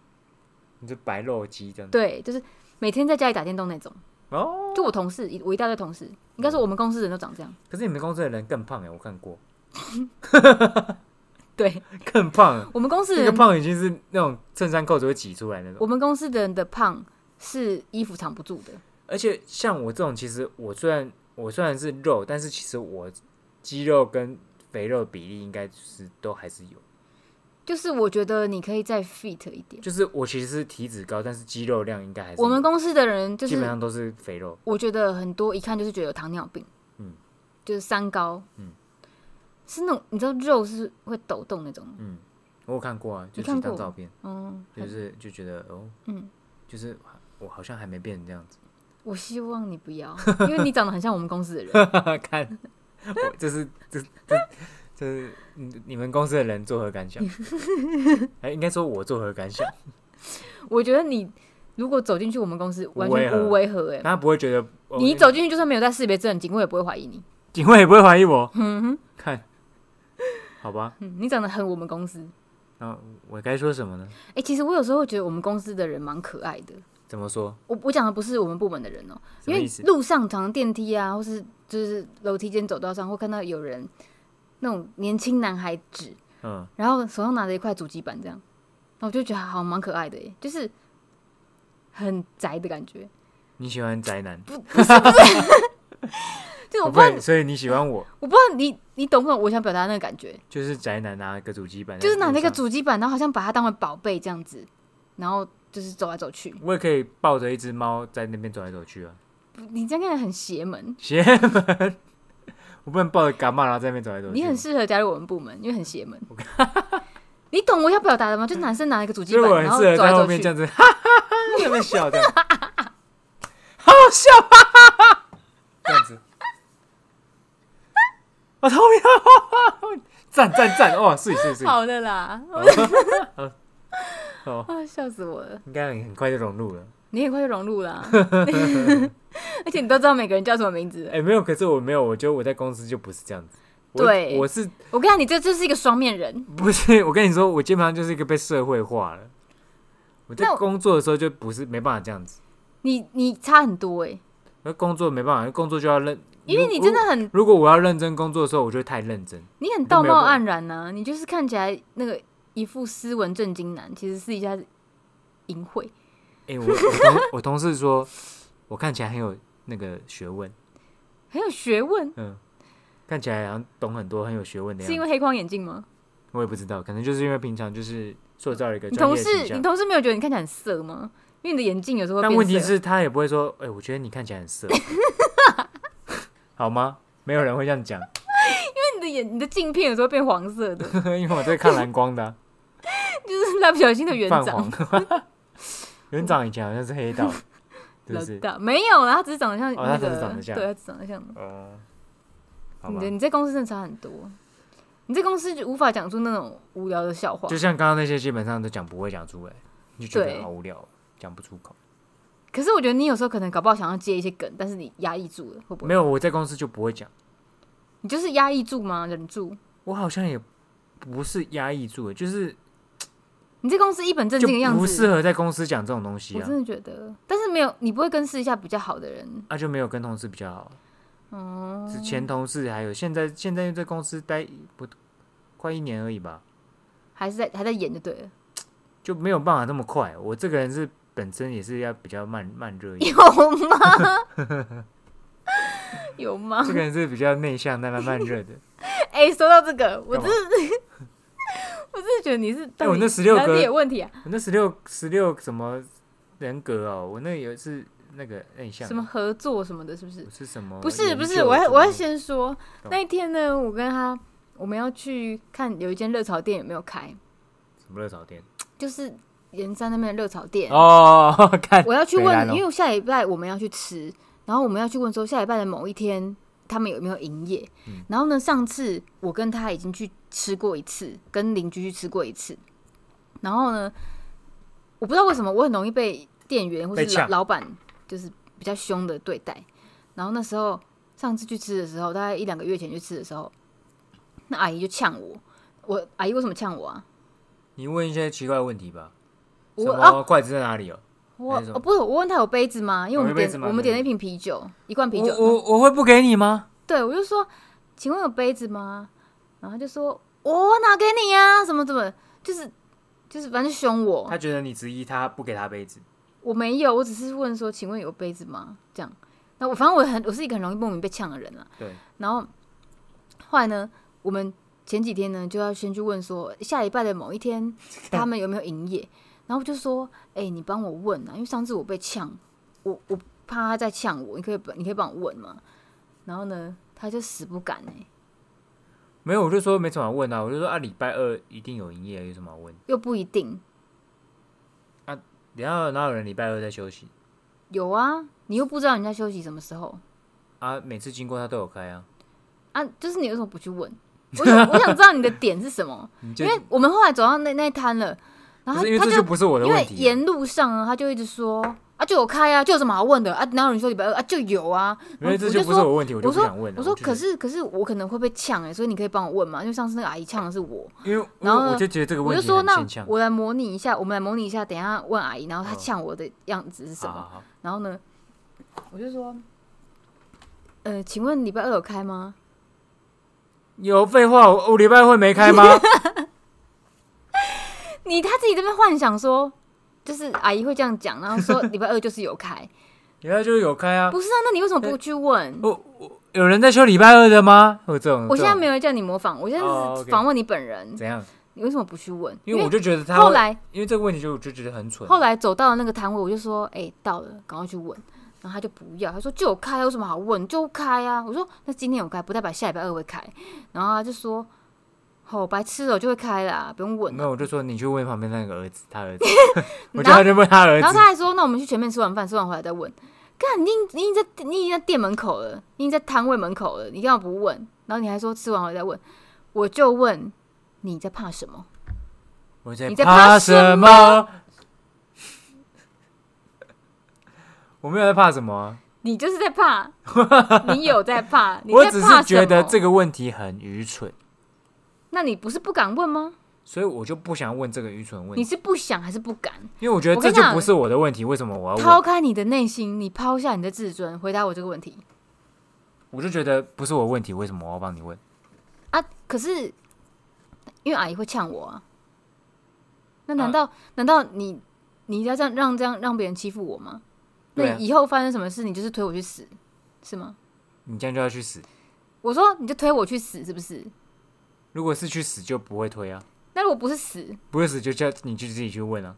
你这白肉鸡这样子。对，就是每天在家里打电动那种。哦，就我同事，一我一大堆同事，应该嗯说我们公司人都长这样。可是你们公司的人更胖哎，我看过， 对更胖，我们公司那个人，胖已经是那种衬衫扣子会挤出来那种。嗯我们公司的人的胖是衣服藏不住的。而且像我这种，其实我虽然我虽然是肉，但是其实我肌肉跟肥肉比例应该是都还是有。就是我觉得你可以再 fit 一点。就是我其实是体脂高，但是肌肉量应该还是有我们公司的人就基本是，上都是肥肉。我觉得很多一看就是觉得有糖尿病，嗯就是三高，嗯是那种你知道肉是会抖动那种，嗯，我有看过啊，就你几看张过照片，嗯，就是就觉得哦，嗯，就是我好像还没变成这样 子。我希望你不要，因为你长得很像我们公司的人，看，我这是这这这是你你们公司的人作何感 想？哎、应该说我作何感想？我觉得你如果走进去我们公司，完违全和无违和哎、他不会觉得、哦你一走进去就算没有带识别证，警卫也不会怀疑你，警卫也不会怀疑我。 嗯哼，看，好吧，嗯你长得很我们公司，那我该说什么呢？哎、其实我有时候会觉得我们公司的人蛮可爱的，怎么说？我我讲的不是我们部门的人哦、什因么为意思？路上常常电梯啊，或是就是楼梯间走道上，会看到有人那种年轻男孩子，嗯，然后手上拿着一块主机板这样，然后我就觉得好蛮可爱的耶，就是很宅的感觉。你喜欢宅男，就哦我不知道，对所以你喜欢我，我不知道你你懂不懂我想表达那个感觉，就是宅男拿一个主机 板，就是拿那个在路上，主机板，然后好像把它当为宝贝这样子，然后就是走来走去。我也可以抱着一只猫在那边走来走去啊。你这样看起来很邪门，邪门， 我不能抱着伽马然后在那边走来走去。你很适合加入我们部门，因为很邪门。 你懂我要表达的吗？就男生拿一个主机所以板，我很然后适合走在来后走面去这。样子，哈哈哈，在那边笑 这样，好好笑，哈哈哈，这样子。我后面，哈哈哈赞赞赞，哦，是是是，好的啦，哦， 啊，笑死我了！应该很很快就融入了。你很快就融入啦、 而且你都知道每个人叫什么名字。哎、没有，可是我没有，我觉得我在公司就不是这样子。我对我是我跟你讲，你这就是一个双面人。不是？我跟你说，我基本上就是一个被社会化了。我在那我工作的时候就不是没办法这样子，你你差很多哎、那工作没办法，工作就要认。因为你真的很如，如果我要认真工作的时候，我就会太认真。你很道貌岸然呐、你就是看起来那个一副斯文正经男，其实私底下是淫秽。哎、我我同我同事说，我看起来很有那个学问，很有学问，嗯，看起来好像懂很多，很有学问的是因样为子。黑框眼镜吗？我也不知道，可能就是因为平常就是塑造了一个你专同业的形事，象你。同事没有觉得你看起来很色吗？因为你的眼镜有时候会但变问题色是，他也不会说，哎、我觉得你看起来很色， 好吗？没有人会这样讲，你 的眼你的镜片有时候变黄色的， 因为我在看蓝光的啊、就是蜡笔小新的 园泛长黄。 园长以前好像是黑道，是不老是？大没有啦，他只是长得像哦那他只个，是长得像对，他只是长得像。哦、好你吧的。你在公司真的差很多，你在公司就无法讲出那种无聊的笑话就。像刚刚那些，基本上都讲不会讲出来，你就觉得对好无聊，哦讲不出口。可是我觉得你有时候可能搞不好想要接一些梗，但是你压抑住了，会不没会？有，我在公司就不会讲。你就是压抑住吗？忍住？我好像也不是压抑住了，欸就是你在公司一本正就经的样不适子，合在公司讲这种东西我啊真，的觉得。但是没有，你不会跟私底下比较好的人，啊就没有跟同事比较好，哦、是前同事还有现在现在在公司待不快一年而已吧，还是在还在演就对了。就没有办法那么快。我这个人是本身也是要比较慢慢热一点， 有吗？ 有吗这？个人是比较内向但慢慢热的。 哎、说到这个，我干真嘛的， 我真的觉得你是到底哎我那16哪格里有问题啊？我那十六十六什么人格哦，我那有一次那个内向什么合作什么的，是不是我？是什么研究不什么？是不是，我要我要先说干嘛那一天呢，我跟他我们要去看有一间热炒店有没有开，什么热炒店就是盐山那边的热炒店。哦， 看我要去北兰问，哦因为我下礼拜我们要去吃，然后我们要去问说下礼拜的某一天他们有没有营业。嗯然后呢，上次我跟他已经去吃过一次，跟邻居去吃过一次。然后呢，我不知道为什么我很容易被店员或被是老呛老板就是比较凶的对待。然后那时候上次去吃的时候，大概一两个月前去吃的时候，那阿姨就呛我，我阿姨为什么呛我啊？你问一些奇怪的问题吧，什我啊，么筷子在哪里哦？我还是什么哦不是我问他有杯子吗？因为我哦们有杯点子吗我们对点了一瓶啤酒，一罐啤我酒。我我会不给你吗？对，我就说，请问有杯子吗？然后他就说，我拿给你呀、啊，什么怎么，就是就是，反正凶我他，觉得你质疑他不给他杯子，我没有，我只是问说，请问有杯子吗？这样，那我反正我很，我是一个很容易莫名被呛的人啊。对，然后后来呢，我们前几天呢就要先去问说，下礼拜的某一 天他们有没有营业？然后我就说，哎、你帮我问啊，因为上次我被呛，我我怕他再呛我，你可以你可以帮我问吗？然后呢，他就死不敢哎、没有，我就说没什么好问啊，我就说啊，礼拜二一定有营业，有什么好问？又不一定。等一下哪有人礼拜二在休息有啊，你又不知道人家休息什么时候啊？每次经过他都有开啊，啊？就是你为什么不去问？我想我想知道你的点是什么，你 就因为我们后来走到那那一摊了，然不后是他因为他这就不是我的因为问题啊、沿路上啊，他就一直说啊，就有开啊，就有什么好问的啊？哪有人说礼拜二啊？就有啊。因为我这就就不是说我的问题，我就我不说想问了。我说就可，是可是我可能会被呛哎、所以你可以帮我问嘛，因为上次那个阿姨呛的是我，因为然后我就觉得这个我问就题说很那牵强。我来模拟一下，我们来模拟一下，等一下问阿姨，然后她嗯呛我的样子是什好么？好好，然后呢，我就说，呃，请问礼拜二有开吗？ 有废话，我我礼拜二会没开 吗？ 你他自己这边幻想说，就是阿姨会这样讲，然后 说礼拜二就是有开，礼拜二就是有开啊。不是啊？那你为什么不去 问？我我有人在休礼拜二的吗？有这种，我现在没有有叫你模仿，我现哦在是，OK 访问你本人，怎样，啊你为什么不去问？因为我就觉得他后会来因为这个问题就我就觉得很蠢。后来走到那个摊位，我就说，哎、到了，赶快去问。然后他就不要，他说就有开，有什么好问？就开啊！我说那今天有开，不代表下礼拜二会开。然后他就说，好、白痴哦，就会开啦，不用问没啦。有，我就说你去问旁边那个儿子，他 儿子，我然叫后他去问他儿然后子。他还说：“那我们去前面吃完饭，吃完回来再问。”干，你已经你已经在你已经在店门口了，你已经在摊位门口了，你干嘛不问？然后你还说吃完回来再问，我就问你在怕什么？我在你在怕怕什什么？ 我没有在怕什么啊、你就是在怕，你有在 怕，你我在只怕是觉得这个，个问题很愚蠢，那你不是不敢问吗？所以我就不想问这个愚蠢的问你题，是不想还是不敢？因为我觉得我这跟你就讲不是我的问题，为什么我要掏问？开你的内心，你抛下你的自尊，回答我这个问题我就觉得不是我的问题，为什么我要帮你问？啊！可是因为阿姨会呛我啊，那难啊道、难道你你要这样让这样让别人欺负我吗？对啊那以后发生什么事，你就是推我去死，是吗？你这样就要去死，我说你就推我去死，是不是？如果是去死就不会推啊，那如果不是死，不会死就叫你去自己去问啊，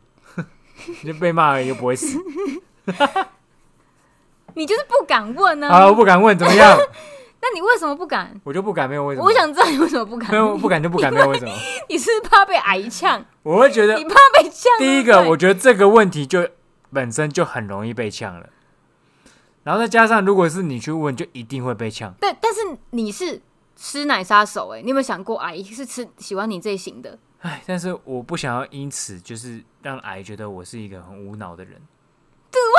你就被骂而已，又不 会死。你就是不敢问呢、好啊了，我不敢问，怎么样？那你为什么不敢？我就不敢，没有为什么。我想知道你为什么不敢没？有不敢就不敢，没有为什么。 你是不是怕被阿姨呛？我会觉得你怕被呛？第对一个，不对我觉得这个问题就本身就很容易被呛了，然后再加上如果是你去问，就一定会被呛。但但是你是吃奶杀手哎、你有没有想过阿姨是吃喜欢你这一型的？ 哎，但是我不想要因此就是让阿姨觉得我是一个很无脑的人。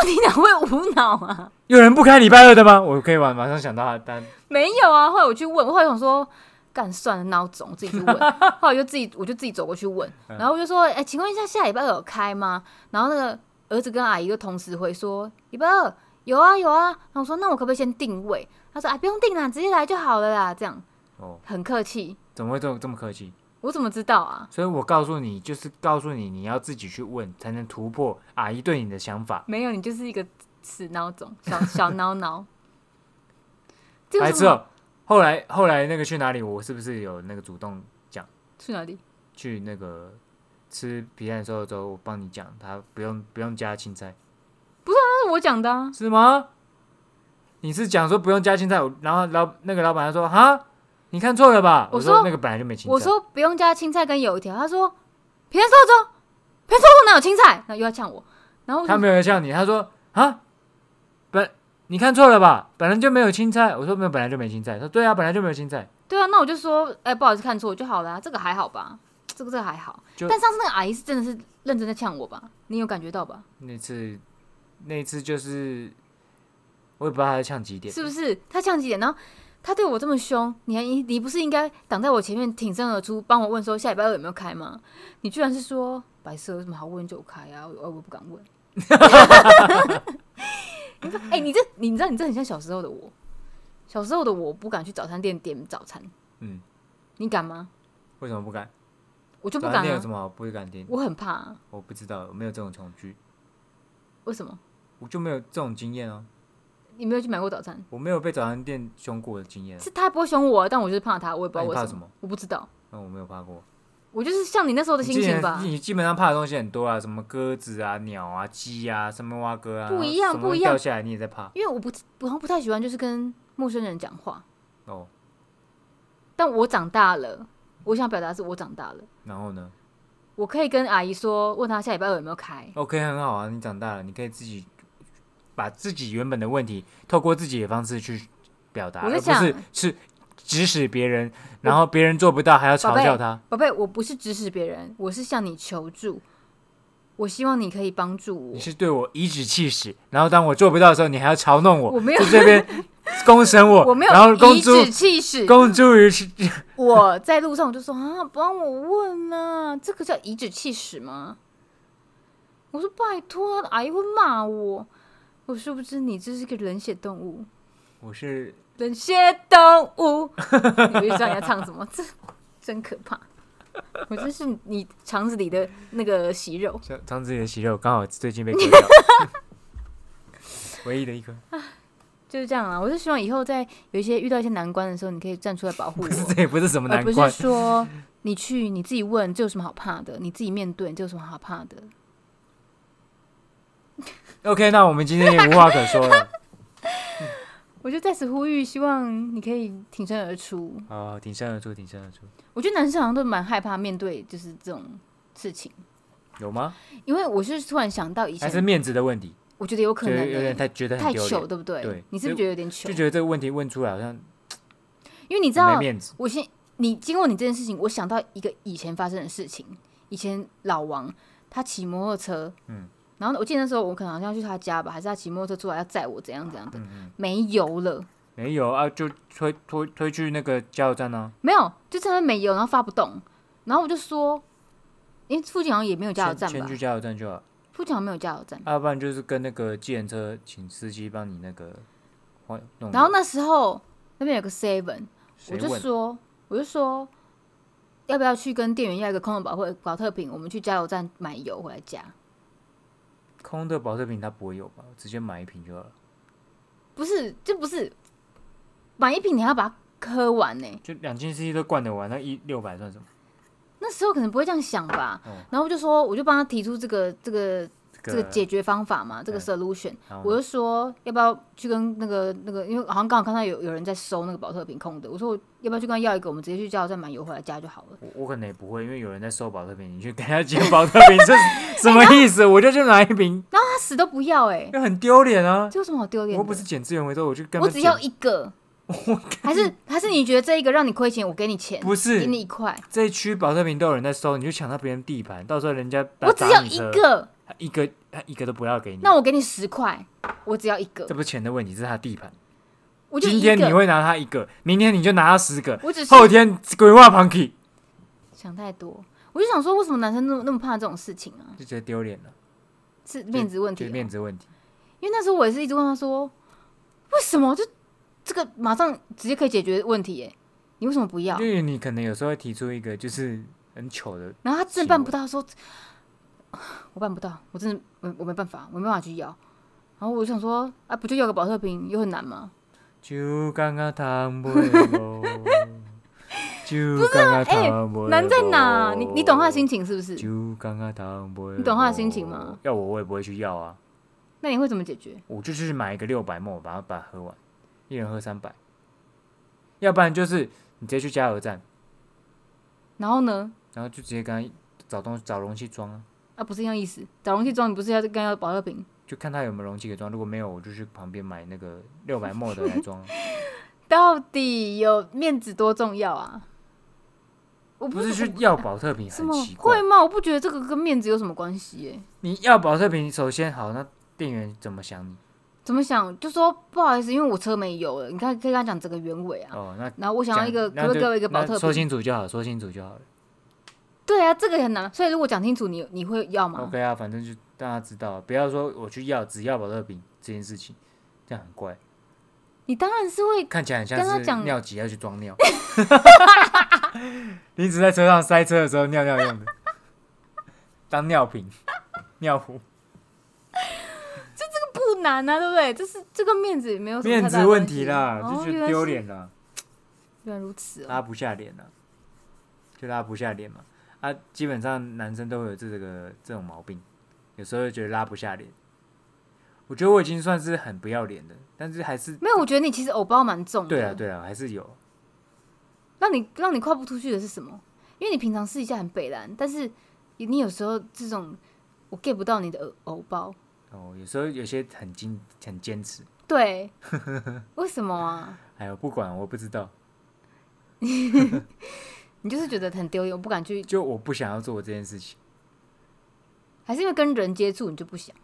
问题哪会无脑啊？有人不开礼拜二的吗？我可以马马上想到他的单，没有啊，后来我去问，我后来想说。干算了，孬种，我自己去 问。后来我就自己，我就自己走过去问，嗯然后我就说：“哎、请问一下，下礼拜二有开吗？”然后那个儿子跟阿姨就同时回说：“礼拜二有啊，有啊。”然后我说：“那我可不可以先定位？”他说：“哎，不用定啦，直接来就好了啦。”这样哦，很客气，怎么会这么这么客气？我怎么知道啊？所以我告诉你，就是告诉你，你要自己去问，才能突破阿姨对你的想法。没有，你就是一个死孬种，小小孬孬。这有白什痴么哦！后来后来那个去哪里，我是不是有那个主动去哪里？去那个吃皮蛋瘦肉粥，我帮你讲，他不用不用加青菜，那是我讲的啊，是吗？你是讲说不用加青菜，我然后老那个老板他说哈，你看错了吧？我我说那个本来就没青菜，我说不用加青菜跟油条，他说别人说粥，别人说我哪有青菜，然后又要呛我，然后我他就没有笑你，他说啊，本你看错了吧？本来就没有青菜，我说没有，本来就没青菜，他说对啊，本来就没有青菜，对啊，那我就说哎、不好意思看错就好了、啊，这个还好吧，这个这个还好，就但上次那个阿姨是真的是认真的呛我吧，你有感觉到吧？那次那一次就是我也不知道他在呛几点，是不是？他呛几点？然后他对我这么凶，你还你不是应该挡在我前面挺身而出，帮我问说下礼拜二有没有开吗？你居然是说白色有什么好问就开啊？我我不敢问。 你说，哎、你这你知道你这很像小时候的我，小时候的我不敢去早餐店点早餐，嗯，你敢吗？为什么不敢？我就不早敢餐店有啊什，么好不敢听？我很怕、啊，我不知道，我没有这种恐惧，为什么？我就没有这种经验啊，你没有去买过早餐？我没有被早餐店凶过的经验啊，是他不会凶我，但我就是怕他，我也不知道那你为怕什什么么，我不知道，那我没有怕过。我就是像你那时候的你心之情前吧。你基本上怕的东西很多啊，什么鸽子啊、鸟啊、鸡啊、什么蛙哥啊，不一样什么东不西一样掉下来你也在怕因为我不我好像不太喜欢就是跟陌生人讲话，哦。但我长大了，我想表达的是我长大了，然后呢我可以跟阿姨说，问她下礼拜二有没有开， ？OK，很好啊，你长大了，你可以自己把自己原本的问题透过自己的方式去表达，我在而不想是是指使别人，然后别人做不到还要嘲笑他。宝贝，我不是指使别人，我是向你求助，我希望你可以帮助我你。是对我颐指气使，然后当我做不到的时候，你还要嘲弄 我，我 没有在 这边公审我，我没然后有公颐诸指气使， 公诸于世，我在路上我就说啊，帮我问啊，这个叫颐指气使吗？我说拜托，阿姨会骂我。我殊不知你这是个冷血动物，我是冷血动物。我就知道你在唱什么， 这真可怕。我真是你肠子里的那个息肉。像张子怡的息肉刚好最近被割 掉，唯一的一颗，就是这样啊，我是希望以后在有一些遇到一些难关的时候，你可以站出来保护我， 这也不是什么而难啊不是关。说你去你自己问，这有什么好怕的？你自己面对，这有什么好怕的？ OK，那我们今天也无话可说 了。我就在此呼吁，希望你可以挺身而出。好，哦挺身而出，挺身而出，我觉得男生好像都蛮害怕面对就是这种事情，有吗？因为我是突然想到以还是前，面子的问题？我觉得有可觉能、得有点欸、太觉得太很丢糗，脸，对不对？对你是不是觉得有点糗就？觉得这个问题问出来好像因为你知没道，面子。我先你经过你这件事情，我想到一个以前发生的事情。以前老王他骑摩托车，嗯嗯，然后我记得那时候我可能好像去他家吧，还是他骑摩托车出来要载我怎样怎样的，嗯嗯，没油了，没有啊，就推推推去那个加油站呢、没有，就真的没油，然后发不动，然后我就说，因为附近好像也没有啊，加油先站先吧去，加油站就好，附近好像没有加油站。要、不然就是跟那个计程车请司机帮你那个换弄。然后那时候那边有个 seven，我嗯谁就问？说，我就说，要不要去跟店员要一个空的保或保特瓶，我们去加油站买油回来加。空的保特瓶它不会有吧？直接买一瓶就好了。不是，这不是买一瓶，你还要把它喝完呢、就两千 CC 都灌得完，那一六百算什么？那时候可能不会这样想吧。嗯然后我就说，我就帮他提出这个这个这这个解决方法嘛，这个 solution。然后我呢就说，要不要去跟那个那个，因为好像刚好看到有有人在收那个保特瓶空的，我说我要不要去跟他要一个，我们直接去加油站买油回来加就好了。我我可能也不会，因为有人在收保特瓶，你去跟他捡保特瓶 是什么意思？我就去拿一瓶，他死都不要哎、就很丢脸啊！这有什么好丢我脸又的？不是捡资源回收，我去跟我他只捡。要一个，还是还是你觉得这一个让你亏钱，我给你钱，不给是你一块，这一区保特瓶都有人在收，你就抢到别人地盘，到时候人家打我只要打你一车个，他一个他一个都不要给你，那我给你十块，我只要一个这，不是钱的问题，这是他地盘。我就一今个。天你会拿他一个，明天你就拿他十个，我只是后天鬼话旁起，想太多，我就想说，为什么男生那么那么怕这种事情啊？就觉得丢脸了，是面子问题哦、就是面子问题。因为那时候我也是一直问他说，为什么就这个马上直接可以解决问题、耶？你为什么不要因？为你可能有时候会提出一个就是很糗的，然后他真的办哦不到，他说 我办不到，我真的我我没办法，我没办法去要。然后我就想说，啊，不就要个保特瓶，有很难吗？就刚刚谈 不拢，就刚刚谈不拢哎哦难在哪？你你懂他的心，情是不是？就刚刚谈不拢你懂他的心情吗？要我我也不会去要啊，那你会怎么解决？我就去买一个六百沫，把它把它喝完，一人喝三百，要不然就是你直接去加油站，然后呢？然后就直接跟他找东找容器装啊，啊，不是一样意思。找容器装，你不是要跟要保特瓶？就看他有没有容器可以装，如果没有，我就去旁边买那个六百沫的来 装啊。到底有面子多重要啊？我不是是去要保特瓶什很么奇怪会，吗？我不觉得这个跟面子有什么关系耶、你要保特瓶，首先好，那店员怎么想你？怎么想就说不好意思，因为我车没油了，你看可以跟他讲整个原委啊。哦，那然后我想要一个，讲可不可以给我一个那保就特那说瓶？清楚就好，说清楚就好了。对啊，这个也很难。所以如果讲清楚你，你会要吗 OK 啊，反正就让他知道，不要说我去要，只要保乐饼这件事情，这样很怪，你当然是会，看起来很像跟他是讲尿急要去装尿。 你只在车上塞车的时候尿尿用的，当尿瓶、尿壶。不难啊，对不对？这是这个面子也没有什么面太大子的问关题系啦，哦就觉原得来丢是脸了，原来如此哦。拉不下脸了，就拉不下脸嘛。啊，基本上男生都会有这个这种毛病，有时候会觉得拉不下脸。我觉得我已经算是很不要脸的，但是还是没有，我觉得你其实偶包蛮重的。对啊对啊，还是有。让你让你跨不出去的是什么？因为你平常私底下很北蓝，但是你有时候这种我 get 不到你的偶偶包，哦，有时候有些很坚很坚持，对，为什么啊？哎呦，不管我不知道，你就是觉得很丢脸，我不敢去，就我不想要做这件事情。还是因为跟人接触你就不想？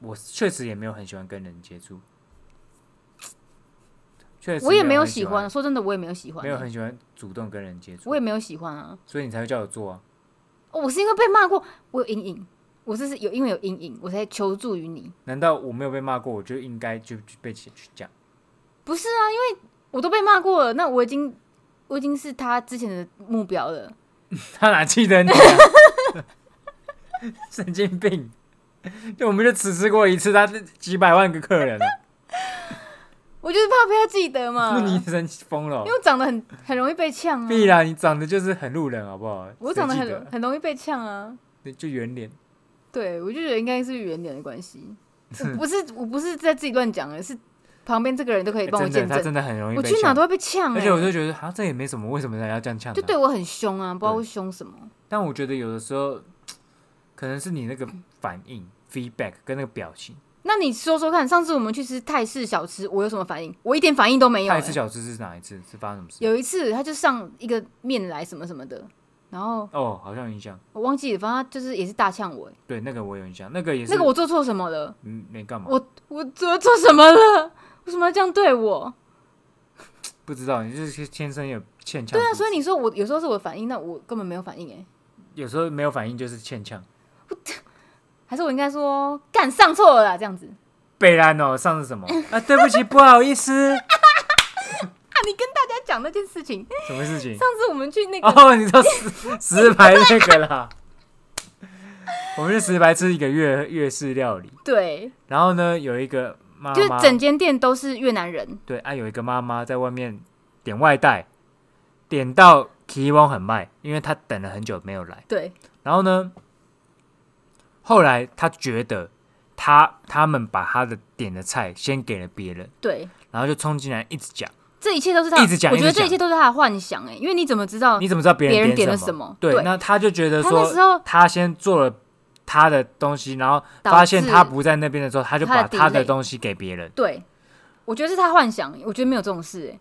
我确实也没有很喜欢跟人接触，确实我也没有很喜欢，，说真的，我也没有喜欢、啊没有很喜欢主动跟人接触我，也没有喜欢啊。所以你才会叫我做啊。哦我是因为被骂过，我有阴影，我这是有因为有阴影，我才求助于你。难道我没有被骂过，我就应该就就被去去讲？不是啊，因为我都被骂过了，那我已经我已经是他之前的目标了。他哪记得你、啊？ 神经病！就我们就只吃过一次，他是几百万个客人啊了、我就是怕被他记得嘛，你因神经疯了、为我长得很很容易被呛啊。必啦，你长得就是很路人，好不好？我长得谁记很很容易被呛啊。对就圆脸，对，我就觉得应该是语言点的关系。 我不是我不是在自己乱讲的，是旁边这个人都可以哎帮我真见的他证。真的很容易我被去哪呛都会被呛、欸，而且我就觉得，好像这也没什么，为什么人家要这样呛他？就对我很凶啊，不知道对会凶什么。但我觉得有的时候，可能是你那个反应、feedback 跟那个表情。那你说说看，上次我们去吃泰式小吃，我有什么反应？我一点反应都没有、泰欸式小吃是哪一次？是发生什么事？有一次，他就上一个面来什么什么的，然后哦，好像有印象。我忘记了，反正他就是也是大呛我、欸对，那个我有印象，那个也是。那个我做错什么了？嗯，没干嘛，我我做做什么了？为什么要这样对我？不知道，你就是天生有欠呛。对啊，所以你说我有时候是我的反应，那我根本没有反应哎、欸有时候没有反应就是欠呛。还是我应该说干上错了啦这样子啊？贝兰哦，上次什么啊？对不起，不好 意思，你跟大家讲那件事情，什么事情？上次我们去那个、哦，你知道石石牌那个啦，我们去石牌吃一个粤粤式料理，对，然后呢，有一个妈就是妈，整间店都是越南人，对啊，有一个妈妈在外面点外带，点到提翁很卖，因为她等了很久没有来。对然后呢，后来她觉得她他们把她的点的菜先给了别人，对，然后就冲进来一直讲，这一切都是他，一直讲我觉一得直讲这一切都是他的幻想哎、因为你怎么知道你怎么知道别别人人点点了什什么？么？对，那她就觉得他那说时，候她先做了她的东西，然后导发现致她不在那边的时候，她就她把的她的 delay 东西给别人，对，我觉得是他幻想，我觉得没有这种事、欸，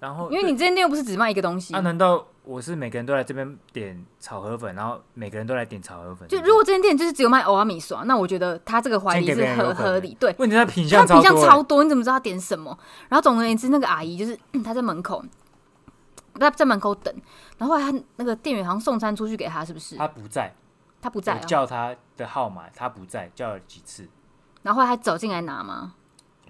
然后因为你这间店又不是只卖一个东西哦啊，，难道我是每个人都来这边点炒河粉，然后每个人都来点炒河粉？就如果这间店就是只有卖欧阿米刷，那我觉得他这个怀先疑给别是人有合可能合理，对。问题他品他相品相多欸，超多，你怎么知道他点什么？然后总而言之，那个阿姨就是 她在门口，在在门口等，然后后来她那个店员好像送餐出去给她，是不是？他不在，她不不在、哦，叫他的号码，他不在，叫了几次然后后来她走进来拿吗？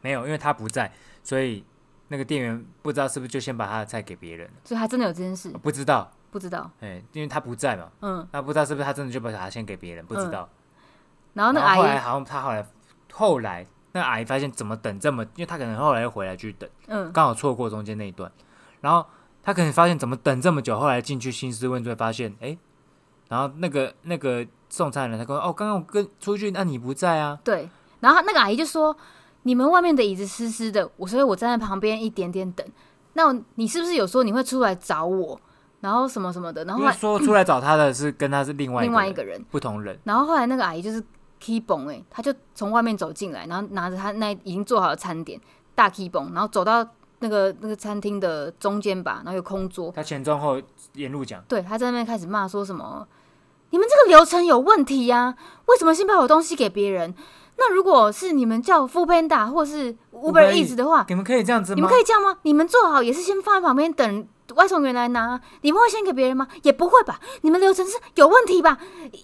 没有，因为他不在，所以那个店员不知道是不是就先把他的菜给别人了，所以她真的有这件事，不知道，不知道。哎、因为他不在嘛，嗯，那不知道是不是他真的就把他先给别人，不知道。然哦后那个然后后阿来姨，好像他后来后来那个阿姨发现怎么等这么，因为他可能后来又回来去等。嗯，刚好错过中间那一段，然后他可能发现怎么等这么久，后来进去兴师问罪，发现哎、诶然后那个那个送餐人他跟我哦，刚刚我跟出去，那你不在啊？对。然后她那个阿姨就说：“你们外面的椅子湿湿的，我所以我站在旁边一点点等。那你是不是有时候你会出来找我？然后什么什么的？然后因后为来说出来找他的是跟他是另外另外一个个人人。”不同人，然后后来那个阿姨就是 key 绷哎，她就从外面走进来，然后拿着她那已经做好的餐点大 key 绷，然后走到那个那个餐厅的中间吧，然后有空桌，他前中后沿路讲，对，她在那边开始骂说什么。你们这个流程有问题呀、为什么先把我东西给别人？那如果是你们叫 f o o Panda 或是 Uber Eats Uber Eats 的话，啊你们可以这样子你吗们可？以这样吗？你们做好也是先放在旁边等外送员来拿，你们会先给别人吗？也不会吧？你们流程是有问题吧？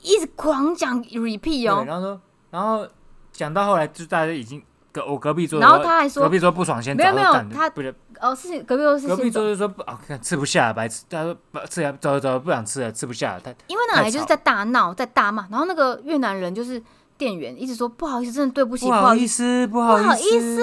一直狂讲 repeat 对，哦，然后说，然后讲到后来，就大家已经隔我隔壁桌的然说，后他还说隔壁桌不爽先走，没有没有然后干他不是哦，是隔壁桌是隔壁先桌走，就说不啊，看吃不下了，白吃，他说不吃呀，走走不想吃了，吃不下了，他因为那太来就是吵在大闹，在大骂，然后那个越南人就是店员一直说不好意思，真的对不起，不不好好意意思，思，不好好意思，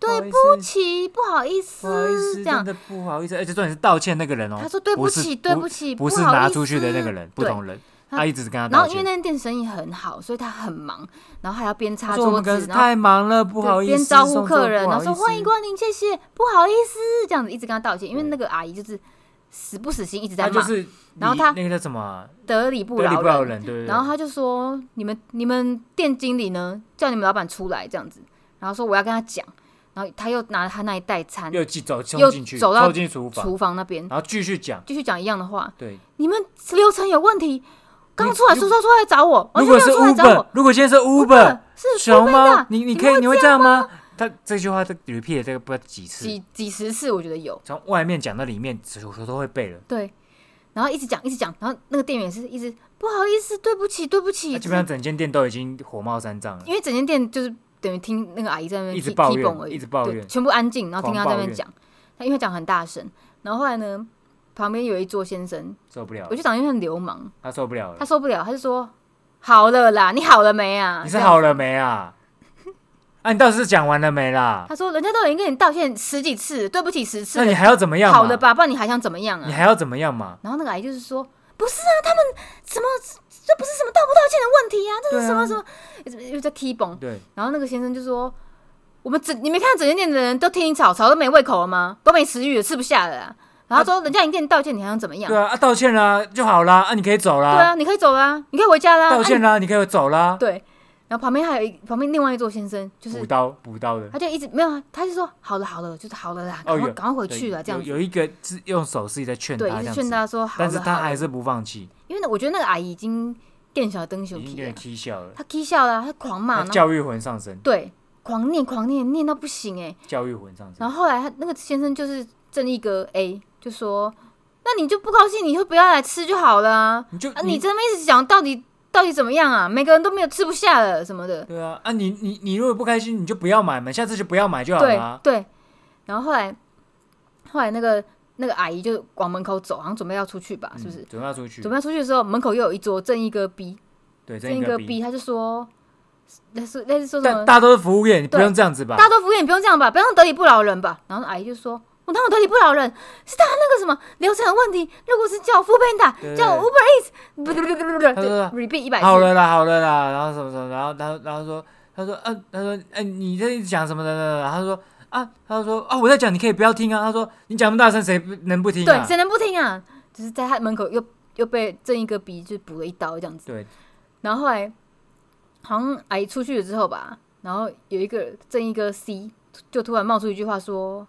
不好对意不思起，不好意思不好意思，，这样真。的不好意思，而且重点是道歉那个人哦，他说对不不是起，对不起，不是好拿意出去的那个思人，不对同人，他他一直跟他然道后因为歉。那间店生意很好，所以他很忙，然后还要边他擦说我桌们可能子，是然后太忙了，不好意思，边招呼送客错人，不然后好说意思欢迎光临，谢谢，不好意思，这样子一直跟他道歉，因为对那个阿姨就是死不死心，一直在他就骂，是然后你他那个叫什么啊得理不得理饶不饶人。人，对不对？然后他就说：“你们你们店经理呢，叫你们老板出来这样子。”然后说我要跟他讲，然后他又拿他那一袋餐又进走冲又进去，走到凑进厨房，厨房那边然后继续讲。继续讲一样的话，对，你们流程有问题，刚你出来如叔叔出来找我，完嗯如全没果有是出来找我 Uber，。如果现在是 Uber，是熊吗猫，？你你可以你会这样吗？他这句话他 repeat 了这个不知道几次，几几十次我觉得有，从外面讲到里面，我头都会背了。对，然后一直讲一直讲，然后那个店员也是一直不好意思，对不起，对不起，那基本上整间店都已经火冒三丈了因。为整间店就是等于听那个阿姨在那边嗯一直踢抱踢怨蹦而已，一直抱对怨全部安静，然后听狂她在那抱边怨讲，她因为她讲很大声，然后后来呢，旁边有一桌先生，受不了我了，就长得很流氓，他受不了了他。受不了，他就说好了啦，你好了没啊？你是这样好了没啊？啊，你到底是讲完了没啦？他说人家都已经跟你道歉十几次，对不起十次那，你还要怎么样？好了？吧，不然你还想怎么样啊你？还要怎么样嘛？然后那个阿姨就是说，不是啊，他们什么这不是什么道不道歉的问题啊，这是什么什么，又又在 k e y b o n 对，然后那个先生就说，我们整你没看整间店的人都听你吵吵都没胃口了吗？都没食欲了，吃不下了啊。然后说人家已经跟你道歉，你还想怎么样？对啊，啊，道歉啦就好啦，啊，你可以走对啦，啊，你可以走啦，你可以回家啦。道歉啊啦，你可以走啦你。对，然后旁边还有一旁边另外一座先生，就补是刀补刀的，他就一直没有啊，他就说好了好了，就是好了啦，哦赶快有赶快回对去了这样子。有有一个是用手势在劝他对，这一直样劝子，他说好但是了，他好了还是不放弃，因为那我觉得那个阿姨已经店小灯熊已经有皮了点，踢笑了，他 k 笑了，他狂骂，他然后教育魂上身，对，狂念狂念念到不行哎、教育魂上身然。后后来他那个先生就是正一个 A 就说，那你就不高兴，你就不要来吃就好了啊！你就啊你这么一直讲，到底到底怎么样啊？每个人都没有吃不下了什么的，对啊啊，你你你如果不开心，你就不要买嘛，下次就不要买就好对了啊。对。然后后来后来那个那个阿姨就往门口走，好像准备要出去吧，嗯是不是？准备要出去准？备要出去的时候，门口又有一桌正一个 B，对，正一一个个逼。 B 他就说，类似类似说什但么？大家都是服务业，你不对用这样子吧大？家都服务员，你不用这样吧，不要让得理不饶人吧。然后阿姨就说：“我哪有得理不饶人？是他那个什么流程有问题。如果是叫 f o o Panda，对叫 Uber Eats，不不不不不他说不，repeat 一百次。好了啦，好了啦，然后什么什么，然后然后然后说，他说，嗯、他说，哎、你在一直讲什么的呢？然后他说，啊，他说，啊，我在讲，你可以不要听啊。他说，你讲那么大声，谁不能不听对，啊？谁能不听啊？就是在他门口又又被正一个鼻就补了一刀这样子。对，然后后来好像阿姨出去了之后吧，然后有一个正一个 C 就突然冒出一句话说。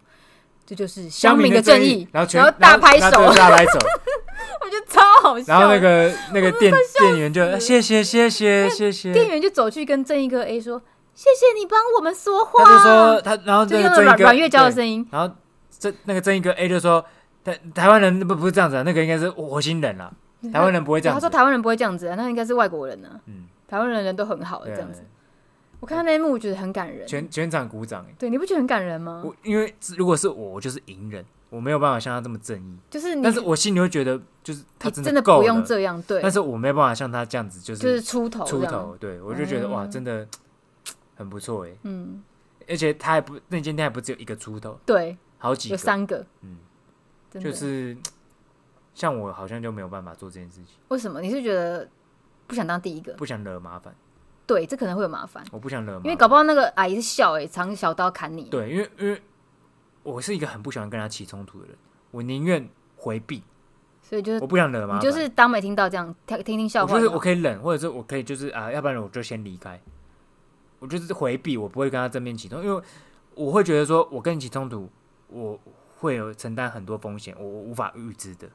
这就是乡民的正义，然后全大拍手，然后我对大拍 手，觉得超好笑。然后那个那个店店员就啊谢谢谢谢谢谢，店员就走去跟正义哥 A 说：“谢谢你帮我们说话。”他就说他，然后就那用了个郑一软哥软月娇的对声音，然后这那个郑一哥 A 就说，台台湾人不不是这样子、啊，那个应该是火星人啦、台湾人不会这对样嗯他子，说台湾人不会这样子、啊，那应该是外国人呢、啊。嗯，台湾人人都很好的对这啊样子。我看到那一幕，我觉得很感人。全全场鼓掌、欸。对，你不觉得很感人吗？我因为如果是我，我就是隐忍，我没有办法像他这么正义，就是你，但是我心里会觉得，就是他你真真的够不了，用这样，对但，是我没有办法像他这样子，就就是是出头这出样。头，对我就觉得、嗯哇，真的嘖很不错哎，嗯，而且他还不那间店还不只有一个出头，对，好几有个，三个，嗯，真的。就是嘖像我好像就没有办法做这件事情，为什么？你是觉得不想当第一个？不想惹麻烦，对，这可能会有麻烦，我不想惹麻烦，因为搞不好那个阿姨是笑哎、藏小刀砍你。对，因为因为我是一个很不喜欢跟他起冲突的人，我宁愿回避，所以就是我不想惹麻你烦，就是当没听到这样，听听听笑我话就就是好。我可以忍，或者是我可以就是啊，要不然我就先离开，我就是回避，我不会跟他正面起冲突，因为我会觉得说我跟你起冲突，我会有承担很多风险，我我无法预知的，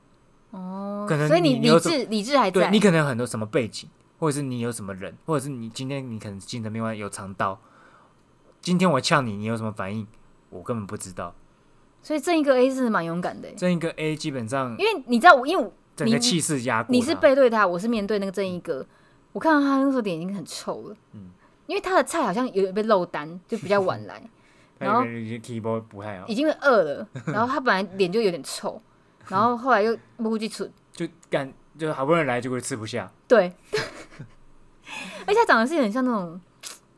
哦，可能所以你你有理种智理智还对在，你可能有很多什么背景，或者是你有什么人，或者是你今天你可能精神病外有肠道，今天我呛你，你有什么反应？我根本不知道。所以正一个 A 是蛮勇敢的欸，这一个 A 基本上因为你知道我，因为我整个你气势压过你是他背对他，我是面对那个正义哥，我看到他那时候脸已经很臭了，嗯因为他的菜好像有点被漏单，就比较晚 来，他然后有一些 keyboard 不太好已，经饿了，然后他本来脸就有点臭，然后后来又估计蠢，就干就好不容易来，结果吃不下， 对，而且他长得是很像那种，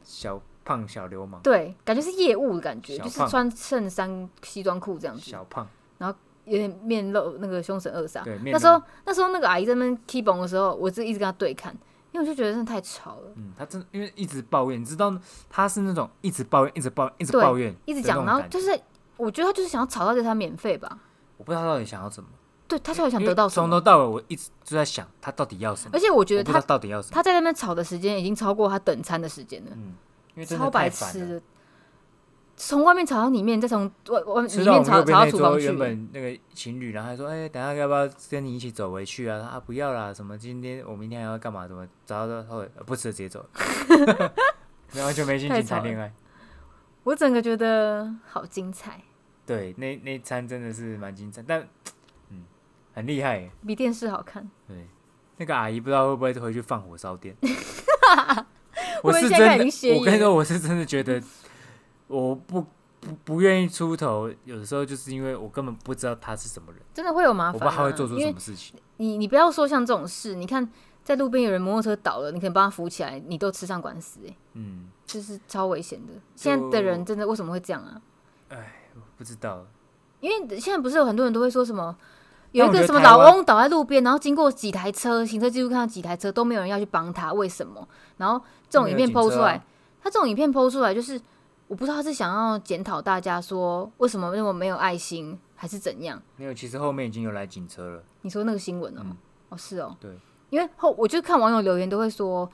小胖小流氓，对，感觉是业务的感觉，小就是胖穿衬衫、西装裤这样子，小胖有点面露那个凶神恶煞。对。面那时对候那时候那个阿姨在那边 k e y b o 的时候，我就一直跟她对看，因为我就觉得真的太吵了。嗯，他真的因为一直抱怨，你知道他是那种一直抱怨、一直抱怨、一直对抱怨，一直讲，然后就是是我觉得他就是想要吵到这他免费吧，我不知道他到底想要什么，对他到底想得到什从么？头到尾我一直就在想他到底要什么，而且我觉我得不知道他到底要什么，他在那边吵的时间已经超过他等餐的时间了，嗯，因为真的超白太烦痴了。的。从外面吵到里面，再从外外面吃里到我面们吵吵右到边那厨房桌去原。本那个情侣，然后还说：“哎、等一下要不要跟你一起走回去啊？”他说啊，不要啦，什么今天我明天还要干嘛？怎么找到后来、呃不吃了直接走了， 然后就没心太情吵谈了恋爱。我整个觉得好精彩，对，那那一餐真的是蛮精彩，但嗯，很厉害耶。比电视好看。对，那个阿姨不知道会不会回去放火烧 店。我们是现在真已经歇的，我跟你业说，我是真的觉得我不不不愿意出头，有的时候就是因为我根本不知道他是什么人，真的会有麻我烦、不啊，知道他会做出因什为么事情。你你不要说像这种事，你看在路边有人摩托车倒了，你可能帮他扶起来，你都吃上官司、欸，嗯，就是超危险的。现在的人真的为什么会这样啊？不知道。因为现在不是有很多人都会说什么，有一但我个觉得什么台老湾翁倒在路边，然后经过几台车，行车记录看到几台车都没有人要去帮他，为什么？然后这种影片那没有剖出警车啊来，他这种影片剖出来就是，我不知道他是想要检讨大家说为什么那么没有爱心，还是怎样？没有，其实后面已经有来警车了。你说那个新闻哦、嗯哦是哦，对，因为后我就看网友留言都会说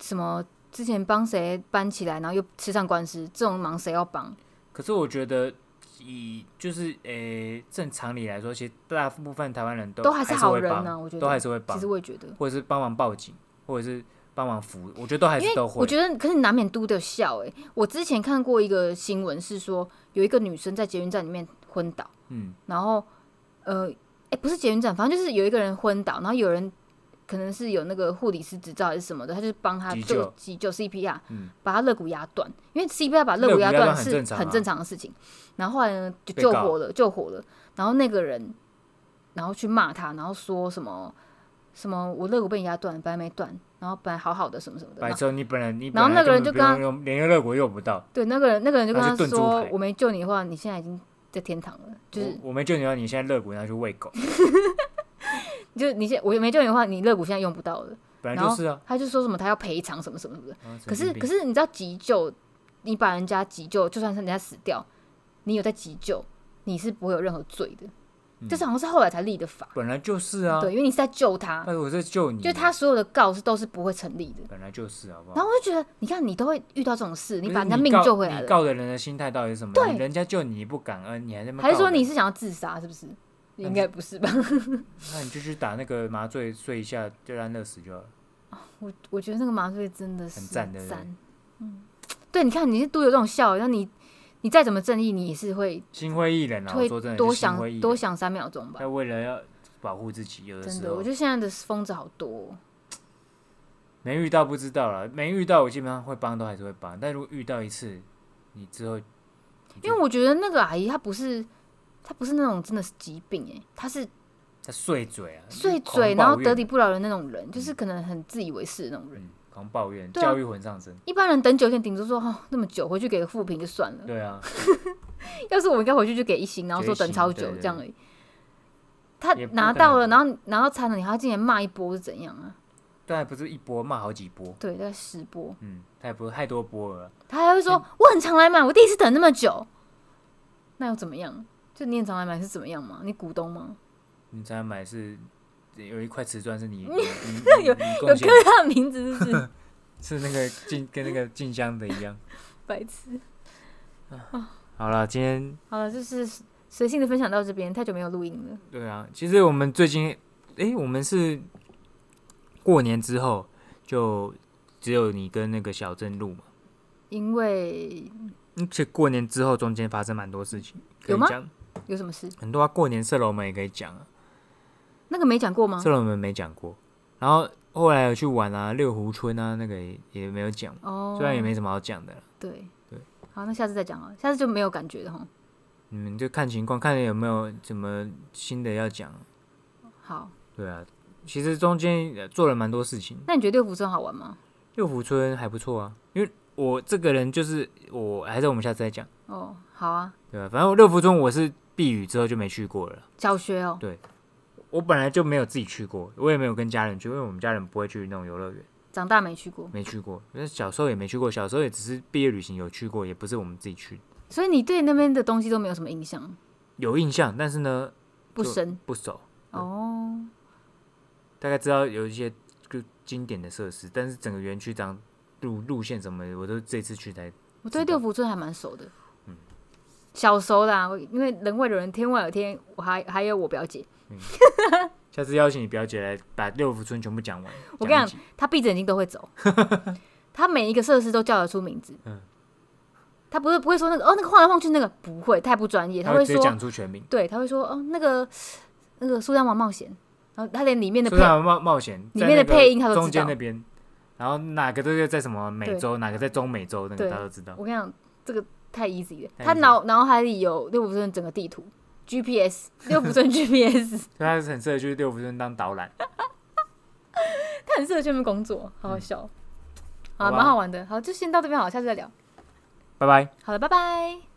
什么之前帮谁搬起来，然后又吃上官司，这种忙谁要帮？可是我觉得以就是诶、正常理来说，其实大部分台湾人都都还还是是好会人帮呢、我觉都还得，是会帮其实，我也觉得。或者是帮忙报警，或者是帮忙扶，我觉得都还因是为都会。我觉得，可是你难免嘟的笑哎、我之前看过一个新闻，是说有一个女生在捷运站里面昏倒，嗯，然后呃，哎、不是捷运站，反正就是有一个人昏倒，然后有人可能是有那个护理师执照还是什么的，他就帮他急做救急救 CPR，、嗯把他肋骨压断，因为 CPR 把肋肋骨骨压压断断很是正常啊很正常的事情。然后后来呢，就被救告活了，救活了，然后那个人然后去骂他，然后说什么什么我肋骨被你压断，本来没断，然后本来好好的什么什么的，然白后车你本来你然后本来那个人根就本不跟他用用连个热果用不到，对，那个人那个人就跟然他后就炖猪说排：“哦我没救你的话，你现在已经在天堂了。就是，我我没救你了，你现在热骨拿去喂狗，就是你现我没救你的话，你肋骨现在用不到了。本来然就后是啊。他就说什么他要赔偿什么什么什么的。啊可是可是是你知道急救，你把人家急救，就算是人家死掉，你有在急救，你是不会有任何罪的。这是好像是后来才立的法，本来就是嗯啊，嗯对，因为你是在救他，但是我在救你，就他所有的告是都是不会成立的。本来就是好不好？然后我就觉得，你看你都会遇到这种事，不是把人家命告救回来你了，告的人的心态到底是什么？对你人家救你你不感恩，你还在那边还是告说人嗯你是想要自杀？是不是？应该不是吧？ 那你就去打那个麻醉睡一下，就让热死就好了。我我觉得那个麻醉真的是很赞对不对嗯，对，你看你是都有这种笑，那你你再怎么正义，你也是会心灰意冷啊！我会说真的，多是心灰想意冷多。想三秒钟吧。但为了要保护自己，有的真时的，我候觉得现在的疯子好多哦、没遇到不知道了，没遇到我基本上会帮都还是会帮，但如果遇到一次，你之后你就因为我觉得那个阿姨她不是她不是那种真的是疾病哎、她是他碎嘴啊，碎狂嘴，抱然后怨得理不饶人那种人，就是可能很自以为是的那种人。嗯，狂抱怨，对啊教育魂上身。一般人等九天顶多说哦那么久，回去给个负评就算了。对啊，要是我应该回去就给一星，然后说等超久给一星这样而已。他也不拿可能啊到了，然后拿到餐了，你还要竟然骂一波是怎样啊？但还不是一波骂好几波，对，大概十波，嗯，他也不太多波了啊。他还会说、我很常来买，我第一次等那么久，那又怎么样？就你很常来买是怎么样嘛？你股东吗？你才买是有一块瓷砖是你 有有有刻他的名字是不 是？是那个静跟那个静香的一样。白痴。好了，今天好了，就是随性的分享到这边，太久没有录音了。对啊，其实我们最近，诶，我们是过年之后就只有你跟那个小郑录嘛，因为而且过年之后中间发生蛮多事情，可有以吗讲有什么事？很多啊。过年社龙门也可以讲啊，那个没讲过吗社？龙门没讲过，然后后来有去玩啊，六湖村啊，那个也也没有讲，哦，虽然也没什么好讲的啦，对对。好，那下次再讲啊，下次就没有感觉了哈。你们就看情况，看有没有什么新的要讲。好，对啊，其实中间呃做了蛮多事情。那你觉得六福村好玩吗？六福村还不错啊，因为我这个人就是我，还是我们下次再讲，哦，好啊，对吧、反正六福村我是避雨之后就没去过了，小学哦，我本来就没有自己去过，我也没有跟家人去，因为我们家人不会去那种游乐园，长大没去过，没去过。那小时候也没去过，小时候也只是毕业旅行有去过，也不是我们自己去的，所以你对那边的东西都没有什么印象，有印象，但是呢不就深不熟，哦。大概知道有一些就经典的设施，但是整个园区长路路线什么的，我都这次去才我对知道嗯六福村还蛮熟的，小熟啦，我因为人外有人，天外有天，我还还有我表姐，下次邀请你表姐来把六福村全部讲完。我跟讲你一讲集，她闭着眼睛都会 走，她每一个设施都叫得出名字，嗯她不会不会说那个哦那个晃来晃去那个不会，太不专业，她她会会直接说讲出全名。对，她会说哦那个那个苏丹王冒险，然后她连里面的苏配打冒冒险里在面那的个配音她都知中间道那边，然后哪个都是在什么美对洲，哪个在中美洲，那对个他都知道。我跟你讲，这个太 easy 了。太他 easy 脑脑海里有六福村整个地图 GPS，六福村 GPS，所以他很适合去六福村当导览。他很适合去那边工作，好好笑。好嗯好了，吧蛮好玩的。好，就先到这边好，下次再聊。拜拜。好了，拜拜。